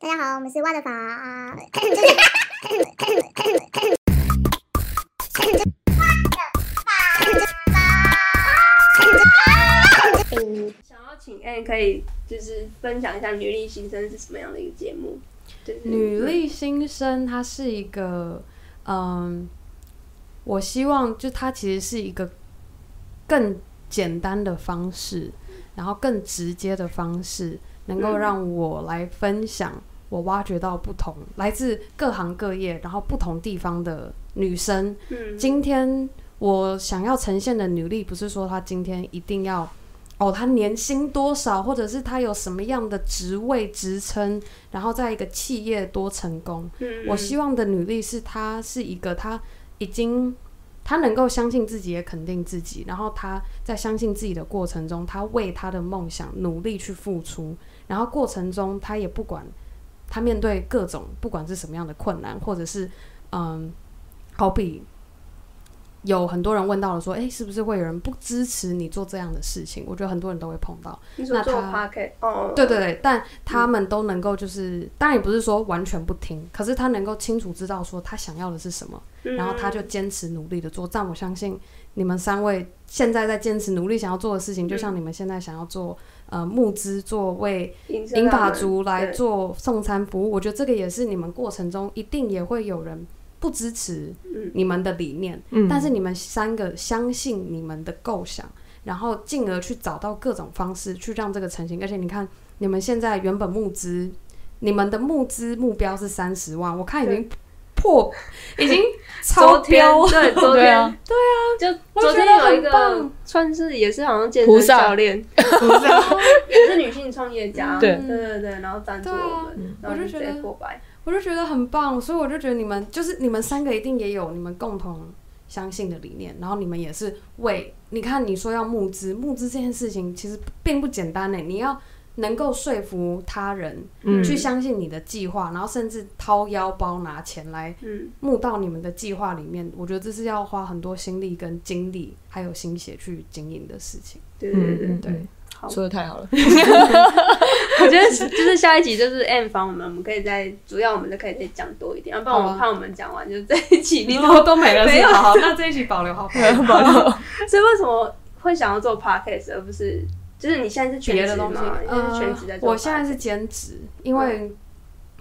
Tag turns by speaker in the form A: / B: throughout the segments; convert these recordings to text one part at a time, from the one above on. A: 大家好，我们是挖的法 啊， 就是
B: 想要请 Anne 可以就是分享一下《女力新生》是什么样的一个节目？就是
C: 女力新生，它是一个，嗯，我希望就它其实是一个更简单的方式，然后更直接的方式，能够
B: 嗯
C: 让我来分享我挖掘到不同来自各行各业，然后不同地方的女生
B: 嗯
C: 今天我想要呈现的女力，不是说她今天一定要哦，她年薪多少，或者是她有什么样的职位职称，然后在一个企业多成功。
B: 嗯
C: 我希望的女力是她是一个她已经。她能够相信自己，也肯定自己，然后她在相信自己的过程中，她为她的梦想努力去付出，然后过程中她也不管她面对各种不管是什么样的困难，或者是嗯，好比有很多人问到了说，诶，是不是会有人不支持你做这样的事情？我觉得很多人都会碰到。
B: 你说
C: 那
B: 做
C: 她
B: Pocket 哦，
C: 对对对，但他们都能够就是，当然也不是说完全不听，可是他能够清楚知道说他想要的是什么，
B: 嗯
C: 然后他就坚持努力的做。但我相信你们三位现在在坚持努力想要做的事情，就像你们现在想要做呃募资，做为
B: 引申
C: 银
B: 到
C: 发
B: 们
C: 族来
B: 对
C: 做送餐服务，我觉得这个也是你们过程中一定也会有人不支持
B: 嗯
C: 你们的理念，但是你们三个相信你们的构想，然后进而去找到各种方式去让这个成型。而且你看，你们现在原本募资，你们的募资目标是三十万，我看已经 破，已经超
B: 昨天
C: 标了。
B: 对昨
D: 对
B: 天
D: 啊
B: 对啊，就
C: 我
B: 昨
C: 觉
B: 天
C: 得
B: 有一
C: 很
B: 个
C: 棒
B: 算是也是好像健身
D: 菩萨
B: 教 练，也是女性创业家，
D: 对
B: 对对对，然后赞助
C: 对啊
B: 我们，然后
C: 我就
B: 就直
C: 觉
B: 接
C: 得
B: 破百，
C: 我就觉得很棒，所以我就觉得你们就是你们三个一定也有你们共同相信的理念，然后你们也是为你看你说要募资，募资这件事情其实并不简单呢，欸你要能够说服他人
B: 嗯
C: 去相信你的计划，然后甚至掏腰包拿钱来
B: 嗯
C: 募到你们的计划里面，我觉得这是要花很多心力跟精力还有心血去经营的事情。
B: 对对
D: 嗯
B: 对对。
C: 对
B: 好
D: 说的太好了，
B: 我觉得就是下一集就是 M 房，我们我们可以再主要我们就可以再讲多一点，要不然
C: 好
B: 我
C: 啊
B: 怕我们讲完 就这一集
C: 你
B: 你
C: 都都没了
B: 没
C: 是
B: 有
C: 吧，好好，那这一期保留好不 好？
B: 所以为什么会想要做 podcast 而不是就是你现在是全
C: 别
B: 职
C: 的东西呃
B: 吗？。你现在是全职在做 podcast？
C: 我现在是兼职，因为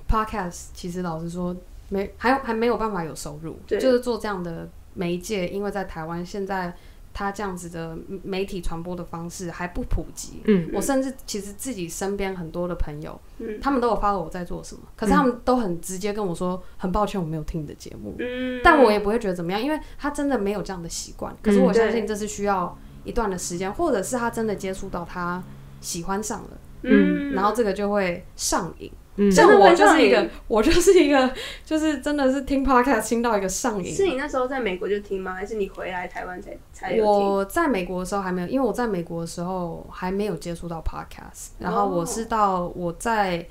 C: podcast 其实老实说没还还没有办法有收入，
B: 对
C: 就是做这样的媒介，因为在台湾现在它这样子的媒体传播的方式还不普及。
D: 嗯
C: 我甚至其实自己身边很多的朋友，
B: 嗯
C: 他们都有发 o 我在做什么，可是他们都很直接跟我说，很抱歉我没有听你的节目，
B: 嗯，
C: 但我也不会觉得怎么样，因为他真的没有这样的习惯。可是
D: 嗯
C: 我相
B: 对
C: 信这是需要一段的时间，或者是他真的接触到他喜欢上了，
B: 嗯，
C: 然后这个就会上瘾。
D: 嗯
B: 真
C: 像
B: 的
C: 我
B: 会
C: 就是一
B: 上
C: 个
B: 瘾，
C: 我就是一个，就是真的是听 podcast 听到一个上
B: 是
C: 瘾。
B: 你那时候在美国就听吗？还是你回来台湾才才有听？
C: 我在美国的时候还没有，因为我在美国的时候还没有接触到 podcast，然后我
B: 哦
C: 是到我在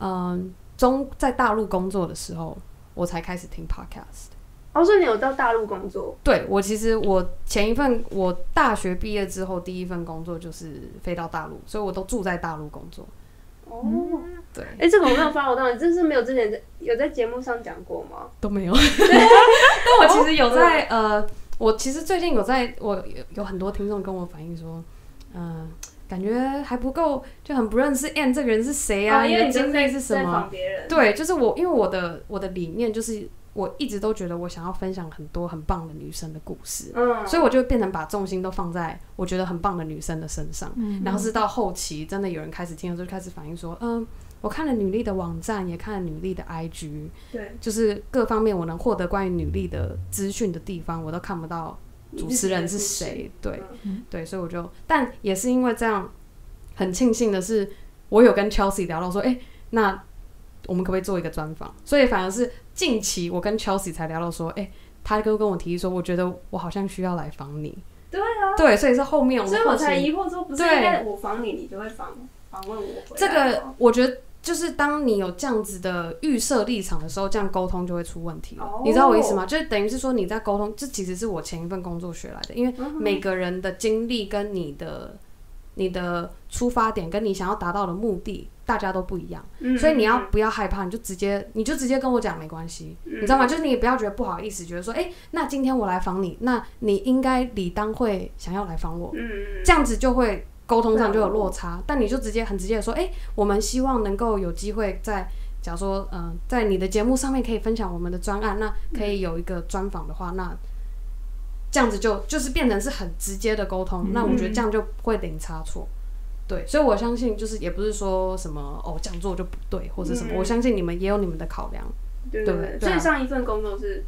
C: 嗯中在大陆工作的时候，我才开始听 podcast。
B: 哦，所以你有到大陆工作，
C: 对我其实我前一份我大学毕业之后第一份工作就是飞到大陆，所以我都住在大陆工作。
B: 哦，
C: 嗯对，
B: 哎，这个我没有发我到 你，这是没有之前在有在节目上讲过吗？
C: 都没有。但我其实有
B: 哦
C: 在呃，我其实最近有在我有有很多听众跟我反映说，嗯、感觉还不够，就很不认识 Anne 这个人是谁啊？
B: 哦
C: 你
B: 因为
C: 的
B: 你
C: 经
B: 在
C: 历是什
B: 在
C: 么
B: 访？别人，
C: 对，就是我，因为我的我的理念就是，我一直都觉得我想要分享很多很棒的女生的故事。
B: 嗯，
C: 所以我就变成把重心都放在我觉得很棒的女生的身上，
D: 嗯
C: 然后是到后期真的有人开始听了，就开始反映说，嗯，我看了女力的网站，也看了女力的 IG，
B: 对，
C: 就是各方面我能获得关于女力的资讯的地方，我都看不到主持人是谁。
B: 嗯
C: 对对，所以我就，但也是因为这样，很庆幸的是，我有跟 Chelsea 聊到说，哎、那我们可不可以做一个专访？所以反而是近期我跟 Chelsea 才聊到说，哎、他就跟我提议说，我觉得我好像需要来访你。
B: 对啊，
C: 对，所以是后面我们
B: 所以我
C: 后期
B: 才疑惑说，不是
C: 对
B: 应该我访你，你就会访访问我回来
C: 这个
B: 吗，
C: 我觉得就是当你有这样子的预设立场的时候，这样沟通就会出问题了。
B: 哦
C: 你知道我意思吗？就是等于是说你在沟通，这其实是我前一份工作学来的，因为每个人的经历跟你的你的出发点跟你想要达到的目的，大家都不一样，
B: 嗯嗯
C: 所以你要不要害怕？你就直接，你就直接跟我讲，没关系，
B: 你
C: 你知道吗？就是你也不要觉得不好意思，觉得说，哎、那今天我来访你，那你应该理当会想要来访我，
B: 嗯，
C: 这样子就会沟通上就有落差。但你就直接很直接的说，哎、我们希望能够有机会在，假如说，嗯、在你的节目上面可以分享我们的专案，那可以有一个专访的话，那这样子就就是变成是很直接的沟通。
D: 嗯
C: 那我觉得这样就会零差错。对，所以我相信，就是也不是说什么哦这样做就不对或者什么，
B: 嗯
C: 我相信你们也有你们的考量。
B: 对
C: 对
B: 对。
C: 对
B: 所
C: 啊
B: 以上一份工作是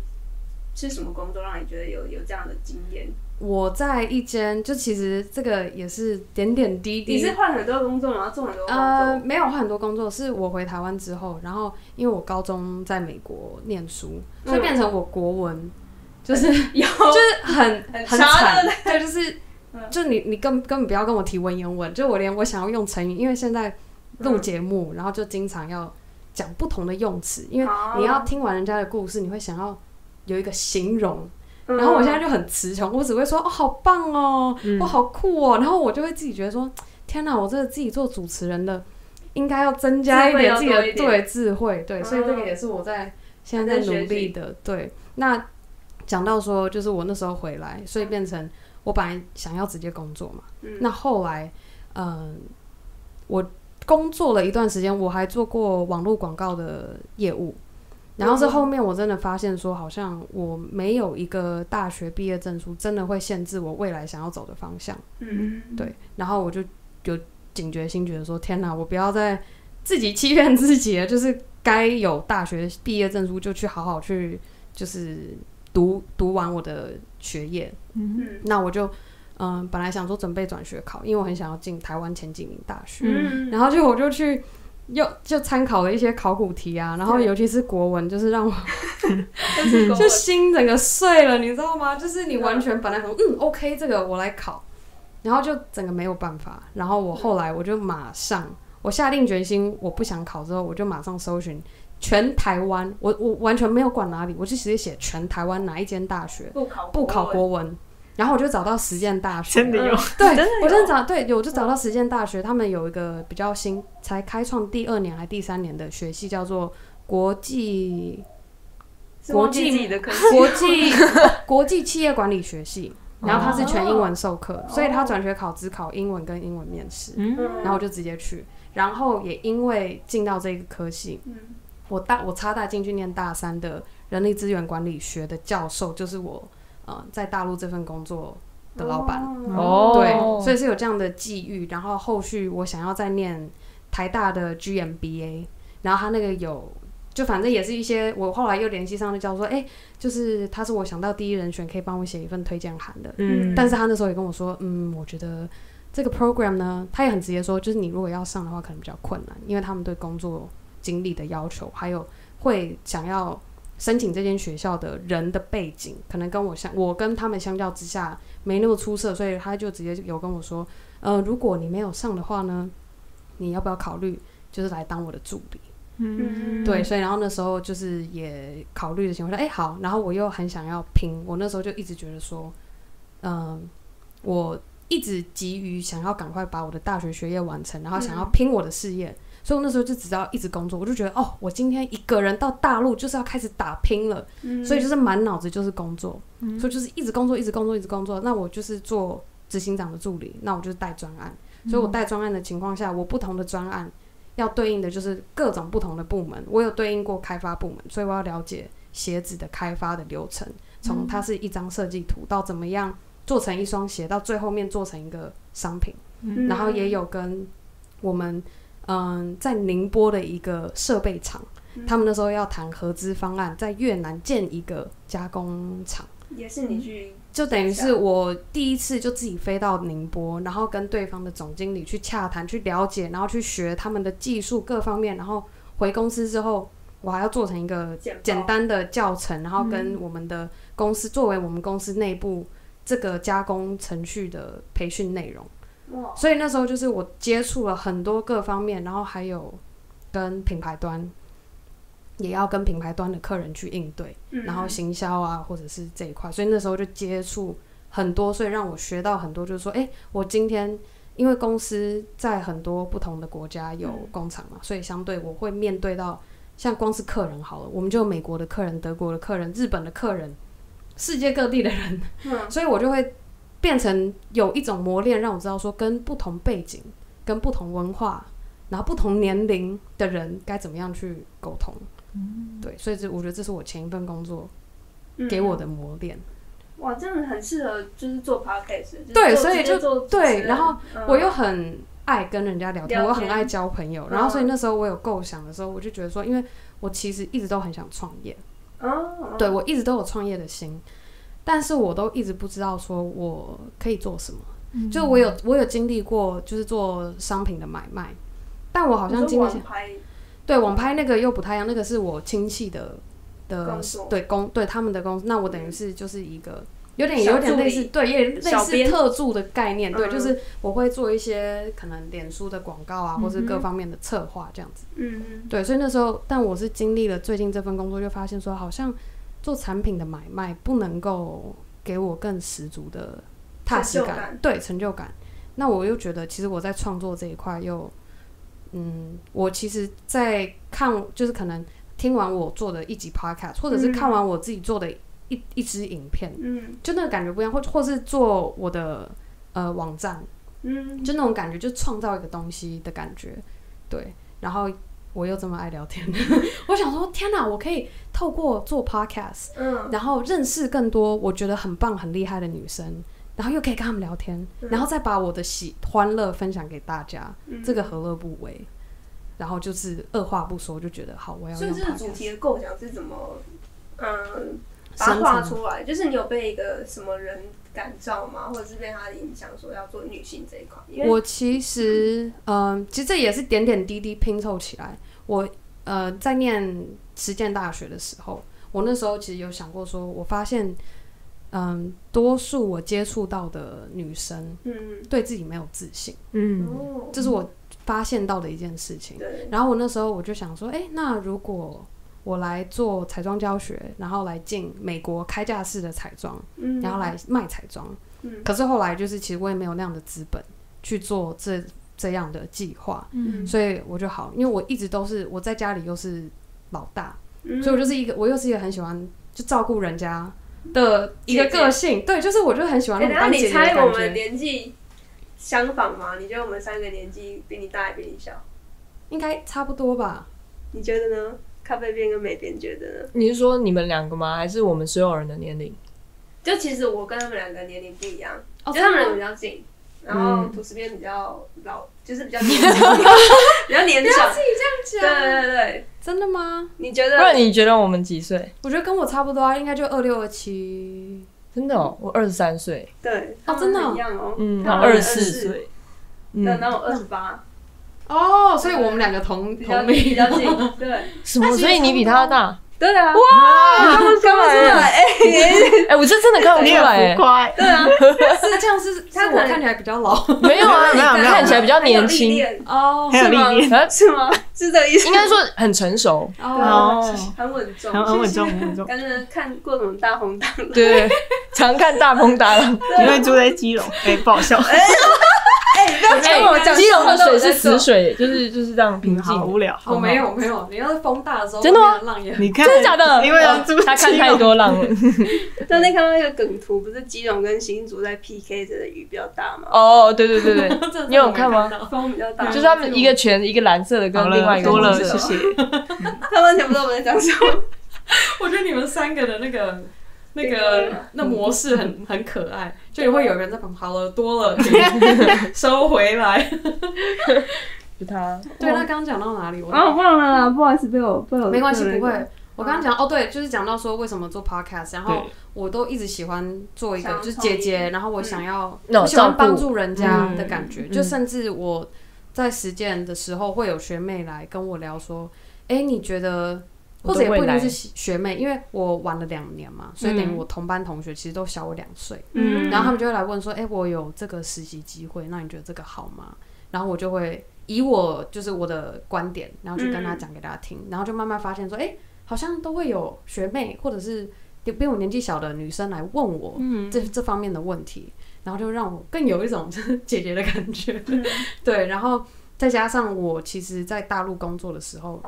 B: 是什么工作让你觉得有有这样的经验？
C: 嗯我在一间，就其实这个也是点点滴滴。
B: 你是换很多工作吗？做很多工
C: 呃，
B: 作？
C: 没有换很多工作，是我回台湾之后，然后因为我高中在美国念书，
B: 嗯
C: 所以变成我国 文就是、
B: 有
C: 就是很
B: 很
C: 很
B: 差
C: 惨
B: 对，
C: 对，就是
B: 嗯
C: 就你你根根本不要跟我提文言文，就我连我想要用成语，因为现在录节目，然后就经常要讲不同的用词，因为
B: 哦
C: 你要听完人家的故事，你会想要有一个形容，
B: 嗯
C: 然后我现在就很词穷，我只会说哦好棒哦，
D: 嗯
C: 哇好酷哦，然后我就会自己觉得说，天哪，我这个自己做主持人的，应该要增加一点自己
B: 智慧要
C: 的
B: 多一点
C: 对智慧，对，所以这个也是我在现在在努力的。对，那讲到说就是我那时候回来，所以变成我本来想要直接工作嘛，
B: 嗯
C: 那后来嗯、我工作了一段时间，我还做过网络广告的业务。然后是
B: 嗯
C: 后面我真的发现说，好像我没有一个大学毕业证书，真的会限制我未来想要走的方向。
B: 嗯，
C: 对，然后我就有警觉心，觉得说天哪，我不要再自己欺骗自己了，就是该有大学毕业证书就去好好去，就是读读完我的学业。
D: 嗯
B: 嗯
C: 那我就嗯、本来想说准备转学考，因为我很想要进台湾前几名大学，
B: 嗯，
C: 然后就我就去。又就参考了一些考古题啊，然后
B: 对
C: 尤其是国文，就是让我
B: 但是跟我
C: 就心整个碎了，你知道吗？就是你完全本来想嗯 OK 这个我来考，然后就整个没有办法。然后我后来我就马上，我下定决心我不想考之后，我就马上搜寻全台湾，我我完全没有管哪里，我就直接写全台湾哪一间大学
B: 不考
C: 不考国文，然后我就找到实践大学，嗯
D: 真的有，
C: 对，
B: 真的有
C: 我真的找对，我就找到实践大学，他们有一个比较新，才开创第二年还第三年的学系，叫做国际
B: 是忘记自己的科系
C: 国际国际企业管理学系，
B: 哦
C: 然后他是全英文授课，所以他转学考只考英文跟英文面试，
D: 嗯，
B: 嗯
C: 然后我就直接去，然后也因为进到这个科系，
B: 嗯
C: 我大我插大进去念大三的人力资源管理学的教授，就是我呃在大陆这份工作的老板，
D: 哦
C: 对，所以是有这样的际遇，然后后续我想要再念台大的 GMBA，然后他那个有，就反正也是一些，我后来又联系上那教授说，哎、就是他是我想到第一人选，可以帮我写一份推荐函的。
D: 嗯，
C: 但是他那时候也跟我说，嗯，我觉得这个 program 呢，他也很直接说，就是你如果要上的话，可能比较困难，因为他们对工作经历的要求，还有会想要申请这间学校的人的背景，可能跟我相，我跟他们相较之下没那么出色，所以他就直接有跟我说，呃，如果你没有上的话呢，你要不要考虑就是来当我的助理？
B: 嗯
C: 对，所以然后那时候就是也考虑的情况下，哎、好，然后我又很想要拼，我那时候就一直觉得说，嗯、我一直急于想要赶快把我的大学学业完成，然后想要
B: 嗯
C: 拼我的事业，所以我那时候就只知道一直工作，我就觉得哦，我今天一个人到大陆就是要开始打拼了，
B: 嗯
C: 所以就是满脑子就是工作，
D: 嗯
C: 所以就是一直工作，一直工作，一直工作。那我就是做执行长的助理，那我就是带专案，所以
B: 嗯
C: 我带专案的情况下，我不同的专案要对应的就是各种不同的部门。我有对应过开发部门，所以我要了解鞋子的开发的流程，从
B: 嗯
C: 它是一张设计图到怎么样做成一双鞋，到最后面做成一个商品。
B: 嗯
C: 然后也有跟我们嗯在宁波的一个设备厂，
B: 嗯
C: 他们那时候要谈合资方案，在越南建一个加工厂，
B: 也是你去
C: 就等于是我第一次就自己飞到宁波，然后跟对方的总经理去洽谈、去了解，然后去学他们的技术各方面，然后回公司之后。我还要做成一个
B: 简报
C: 简单的教程，然后跟我们的公司、作为我们公司内部这个加工程序的培训内容。
B: 哇，
C: 所以那时候就是我接触了很多各方面，然后还有跟品牌端，也要跟品牌端的客人去应对，
B: 嗯
C: 然后行销啊，或者是这一块，所以那时候就接触很多，所以让我学到很多，就是说，哎、我今天因为公司在很多不同的国家有工厂嘛，所以相对我会面对到像光是客人好了，我们就有美国的客人、德国的客人、日本的客人、世界各地的人，
B: 嗯
C: 所以我就会变成有一种磨练，让我知道说跟不同背景、跟不同文化，然后不同年龄的人该怎么样去沟通。对，所以这我觉得这是我前一份工作
B: 嗯
C: 给我的磨练。
B: 哇，这样很适合就是做 podcast，就是
C: 对
B: 做
C: 所以
B: 直接
C: 就
B: 做主
C: 对
B: 持人
C: 然后
B: 嗯
C: 我又很爱跟人家聊天，
B: 聊
C: 我又
B: 天
C: 很爱交朋友，
B: 嗯
C: 然后所以那时候我有构想的时候，我就觉得说，因为我其实一直都很想创业，
B: 哦，
C: 对我一直都有创业的心，但是我都一直不知道说我可以做什么。就我有我有经历过，就是做商品的买卖，但我好像
B: 你说
C: 经历
B: 网拍
C: 对网拍那个又不太一样，那个是我亲戚的的
B: 工作嗯
C: 对公对他们的公司，那我等于是就是一个有点
B: 小
C: 有点
B: 助
C: 类似
B: 理
C: 对，也类
B: 小
C: 似
B: 编
C: 特助的概念，对，
B: 嗯
C: 就是我会做一些可能脸书的广告啊，或是各
A: 嗯哼
C: 方面的策划这样子。
B: 嗯嗯
C: 对，所以那时候，但我是经历了最近这份工作，就发现说好像做产品的买卖不能够给我更十足的踏实
B: 成就感
C: 对成就感。那我又觉得，其实我在创作这一块又，嗯，我其实，在看就是可能听完我做的一集 podcast，或者是
B: 嗯
C: 看完我自己做的一一支影片，
B: 嗯
C: 就那个感觉不一样，或或是做我的呃网站，
B: 嗯，
C: 就那种感觉，就创造一个东西的感觉，对。然后我又这么爱聊天， 我想说，天哪，我可以透过做 podcast，
B: 嗯，
C: 然后认识更多我觉得很棒、很厉害的女生，然后又可以跟她们聊天，
B: 嗯
C: 然后再把我的喜欢乐分享给大家，
B: 嗯
C: 这个何乐不为？然后就是二话不说，就觉得好，我要
B: 所以
C: 用
B: 这个主
C: podcast
B: 题的构想是怎么，嗯，把它
C: 生
B: 画
C: 成
B: 出来？就是你有被一个什么人感召吗？或者是被他影响，说要做女性这一块？因为
C: 我其实，嗯、其实这也是点点滴滴拼凑起来。我呃，在念实践大学的时候，我那时候其实有想过说，我发现，嗯、多数我接触到的女生
B: 嗯，
C: 对自己没有自信，
D: 嗯
B: 哦，
C: 这是我发现到的一件事情。
B: 对，
C: 然后我那时候我就想说，哎、那如果我来做彩妆教学，然后来进美国开架式的彩妆，
B: 嗯，
C: 然后来卖彩妆。
B: 嗯
C: 可是后来就是，其实我也没有那样的资本去做这这样的计划，
D: 嗯
C: 所以我就好，因为我一直都是我在家里又是老大，
B: 嗯，
C: 所以我就是一个我又是一个很喜欢就照顾人家的一个
B: 姐姐
C: 个性，对，就是我就很喜欢
B: 哎，
C: 那
B: 等
C: 种
B: 一下你
C: 当姐姐的
B: 猜
C: 感
B: 我们
C: 觉，
B: 年纪相仿吗？你觉得我们三个年纪比你大还比你小？
C: 应该差不多吧。
B: 你觉得呢？咖啡边跟美边觉得呢？
D: 你是说你们两个吗？还是我们所有人的年龄？
B: 就其实我跟他们两个年龄不一样，
C: 哦
B: 就他们两
C: 真的吗
B: 个比较近，然后
D: 嗯
B: 土司边比较老，就是比较年长， 比较年长。对对对对，
C: 真的吗？
B: 你觉
D: 不
B: 得？
D: 然你觉得我们几岁？
C: 我觉得跟我差不多啊，应该就二六二七。
D: 真的、哦，我二十三岁，
B: 对，
C: 哦真的
B: 他们
C: 哦
B: 一样哦。
D: 嗯，
B: 他
D: 然
B: 们
D: 后二十
B: 24
D: 四，岁，
B: 对，
D: 嗯，
B: 然后我二十八，
C: 哦，所以我们两个同
B: 比较
C: 同
B: 比
C: 龄，
B: 较近。对
D: 什么？所以你比他大？
B: 对啊，哇， 他们刚刚真的哎，
D: 哎，我是真的看不出来，哎
E: 夸，
B: 对啊，
C: 是这样是，是
B: 他可
C: 我
B: 能
C: 看起来比较老
D: 没有啊，
E: 没有没
D: 你
E: 有
D: 看起来比较年
B: 很有历
D: 轻，
B: 练
C: 哦
E: 很有 历练，
D: 呃
B: 是 吗？是这个意思？
D: 应该说很成熟，
C: 哦，
D: 哦，
B: 很稳重，
E: 很很稳
B: 谢谢
E: 重，很稳重。
B: 感觉看过什么大红大 紫，
D: 对，常看大风大浪。
E: 因为住在基隆，哎，不好笑，
B: 我讲
D: 基隆的水
B: 我在
D: 是
B: 做
D: 死水，就是就是这样平
E: 好
D: 静。
E: 无聊。
C: 我没有我没有，你要是风哦大的时候，
D: 真的吗
C: 那浪也
E: 你看，
D: 真的假的？
E: 因为要住
D: 他看
E: 基
D: 太
E: 隆，
D: 多浪了。
B: 那天看到一个梗图，不是基隆跟新竹在 PK 着的雨比较大吗？
D: 哦，对对对对，
C: 这
D: 你有看吗？
B: 风比较大，
D: 就是他们一个全一个蓝色的跟
E: 好
D: 另外
E: 了，
D: 一个
E: 多了，
D: 红色
E: 谢
D: 的
E: 谢。
B: 他完全不知道我们在讲什么。
C: 我觉得你们三个的那个。那
B: 对
C: 个嗯那模式很很可爱，就也会有人在旁好了多 了，请收回来。
D: 就他
C: 对，那刚刚讲到哪里？我
B: 哦
C: 嗯
B: 忘了啦，不好意思，被我被我
C: 没关系，不会。我刚刚讲哦，对，就是讲到说为什么做 podcast，然后我都一直喜欢做一个
B: 想要
C: 就是
B: 创业嗯
C: 姐姐，然后我想要
D: 那
C: 我
D: 我
C: 喜欢帮
D: 照
C: 助人家的感觉，
D: 嗯
C: 就甚至我在实践的时候，会有学妹来跟我聊说：“哎、你觉得？”
D: 我
C: 或
D: 的
C: 者也不一
D: 未来嗯
C: 定是学妹，因为我晚了两年嘛，所以等于我同班同学其实都小我两岁，
B: 嗯
C: 然后他们就会来问说：“哎、我有这个实习机会，那你觉得这个好吗？”然后我就会以我就是我的观点，嗯然后去跟他讲给大家听，然后就慢慢发现说：“哎、好像都会有学妹或者是比我年纪小的女生来问我
B: 嗯
C: 这这方面的问题，然后就让我更有一种 就是姐姐的感觉。对，然后再加上我其实，在大陆工作的时候，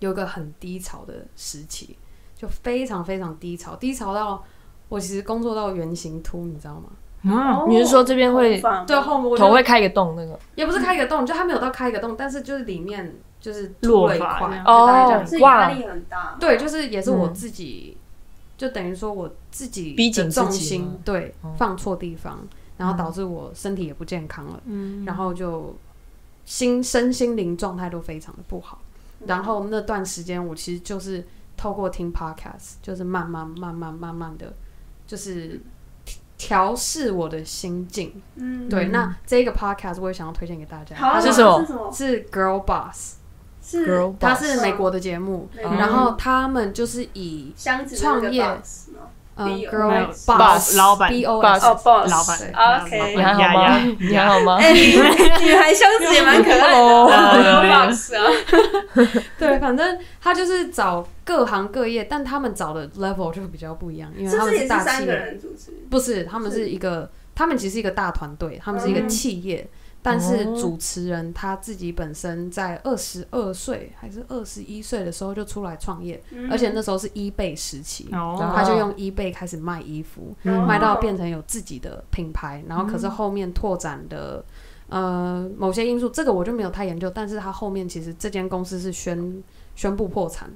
C: 有一个很低潮的时期，就非常非常低潮，低潮到我其实工作到原型秃，你知道吗？
D: 啊，你是说这边会
C: 啊对，后我就
D: 头会开一个洞那个？
C: 也不是开一个洞，就它没有到开一个洞，但是就是里面就是
E: 落
C: 凸了一
E: 发这
C: 块，
E: 样
C: 就大概这样
D: 哦
B: 是压力很大，
C: 对，就是也是我自己，就等于说我自己
D: 逼紧
C: 的
D: 自己
C: 重心
D: 吗，
C: 对
D: 哦，
C: 放错地方，然后导致我身体也不健康了，然后就心身心灵状态都非常的不好。然后那段时间，我其实就是透过听 podcast，就是慢慢慢慢慢慢的，就是调调试我的心境。
B: 嗯，
C: 对，那这个 podcast 我也想要推荐给大家，
B: 好啊，
C: 它
D: 是
C: 是
D: 什么
B: 是什么？
C: 是 Girl Boss，
B: 是
D: Girl
C: 它
D: boss
C: 是美国的节目，
B: 美
D: 嗯
B: 国
C: 然后他们就是以
B: 箱子的那个
C: 创业
B: box 吗
C: 呃
B: B O
C: ，girl
E: S
C: boss
E: 老板
C: b o
D: boss
C: s
B: 哦，boss
E: 老板
B: 啊，OK
D: 你还好
E: 呀
D: 吗？
E: 呀
D: 你还好吗？
B: 哎，女孩箱子也蛮可爱
D: 哦 Hello
B: 的，box 啊，
C: 对，反正他就是找各行各业，但他们找的 level 就比较不一样，因为
B: 是
C: 他
B: 不
C: 们
B: 是也是
C: 大
B: 三
C: 企
B: 个
C: 业，
B: 人主持？
C: 不是，他们是一个，他们其实是一个大团队，他们是一个
B: 嗯
C: 企业，但是
D: 哦
C: 主持人他自己本身在二十二岁还是二十一岁的时候就出来创业，
B: 嗯
C: 而且那时候是 eBay 时期，
D: 然后
C: 他就用 eBay 开始卖衣服，
B: 嗯
C: 卖到变成有自己的品牌，然后可是后面拓展的、呃某些因素，这个我就没有太研究，但是他后面其实这间公司是宣宣布破产，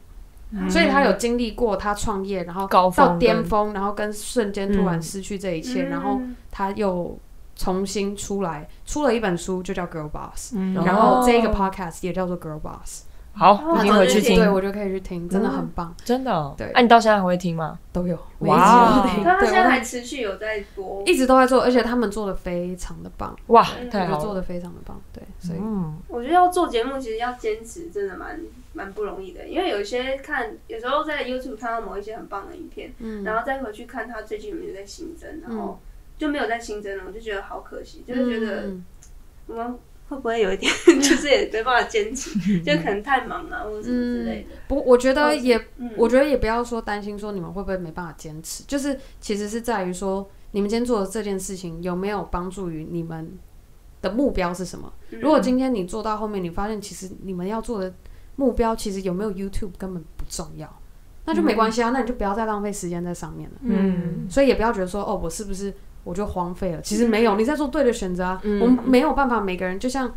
E: 嗯
C: 所以他有经历过他创业，然后
D: 高峰
C: 到
D: 跟
C: 巅峰，然后跟瞬间突然失去这一切，
B: 嗯
C: 然后他又重新出来，出了一本书就叫 Girl Boss，、
E: 嗯
D: 哦
C: 然后这个 podcast 也叫做 Girl Boss，
D: 好，
B: 哦
D: 一定回去
C: 对
D: 听，
C: 我就可以去听，真的很棒，
D: 真的哦。
C: 对
D: 哎，你到现在还会听吗？
C: 都有，每一集
D: 哇
C: 都听，
B: 他们
C: 对
B: 哦现在
C: 我
B: 还持续有在播，
C: 一直都在做，而且他们做的非常的棒。
D: 哇，
B: 嗯
D: 太
C: 我觉得
D: 好
C: 做
D: 了。
C: 的非常的棒，对，所以、
D: 嗯，
B: 我觉得要做节目，其实要坚持真的蛮蛮不容易的，因为有些看，有时候在 YouTube 看到某一些很棒的影片，
C: 嗯
B: 然后再回去看他最近有没有在新增，然后
C: 嗯
B: 就没有在新增了，我就觉得好可惜，就是觉得
C: 嗯
B: 我们会不会有一 点就是也没办法坚持，就可能太忙了、啊、或者什么之类的。
C: 不，我觉得也，
B: 嗯，
C: 我觉得也不要说担心说你们会不会没办法坚持，就是其实是在于说你们今天做的这件事情有没有帮助于你们的目标是什么。
B: 嗯
C: 如果今天你做到后面，你发现其实你们要做的目标其实有没有 YouTube 根本不重要，那就没关系啊，那你就不要再浪费时间在上面了。
D: 嗯
C: 所以也不要觉得说哦，我是不是我就荒废了？其实没有，你在做对的选择啊。
D: 嗯
C: 我们没有办法，每个人就像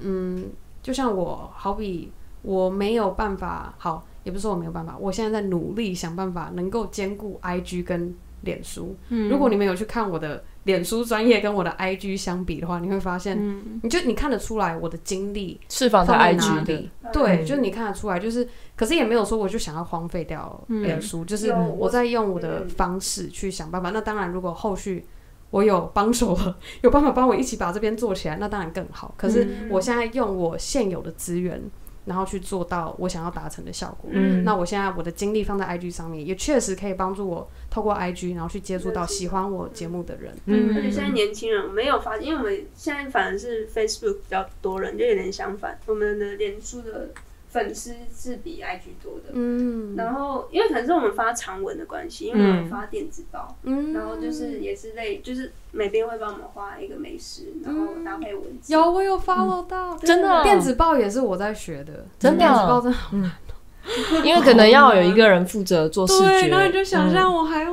C: 嗯，就像我，好比我没有办法，好，也不是说我没有办法，我现在在努力想办法能够兼顾 IG 跟脸书。
D: 嗯
E: 嗯
C: 如果你们有去看我的脸书专业跟我的 IG 相比的话，你会发现，你就你看得出来我的精力
D: 释嗯放在
C: 在哪
D: IG 的，
C: 里。
B: 嗯
C: 对，就是你看得出来，就是，可是也没有说我就想要荒废掉
B: 嗯
C: 脸书，就是
B: 有
C: 我在用我的
B: 嗯
C: 方式去想办法。那当然，如果后续我有帮手了， 有办法帮我一起把这边做起来，那当然更好。可是
B: 嗯
C: 我现在用我现有的资源，然后去做到我想要达成的效果。
D: 嗯
C: 那我现在我的精力放在 IG 上面，也确实可以帮助我透过 IG，然后去接触到喜欢我节目的人。
B: 而且
D: 嗯
B: 现在年轻人我没有发现，因为我们现在反而是 Facebook 比较多人，就有点相反，我们的脸书的粉丝是比 IG 多的。
C: 嗯
B: 然后，因为可能是我们发长文的关系，因为我们发电子报，
C: 嗯
B: 然后就是也是类，就是每边会帮我们画一个美食，然后搭配文字。
C: 有我有 follow 到，
D: 真的哦
C: 欸电子报也是我在学的，
D: 真的哦
C: 电子嗯报真的
D: 因为可能要有一个人负责做视
C: 哦对，
D: 觉，
C: 然后你就想象我还要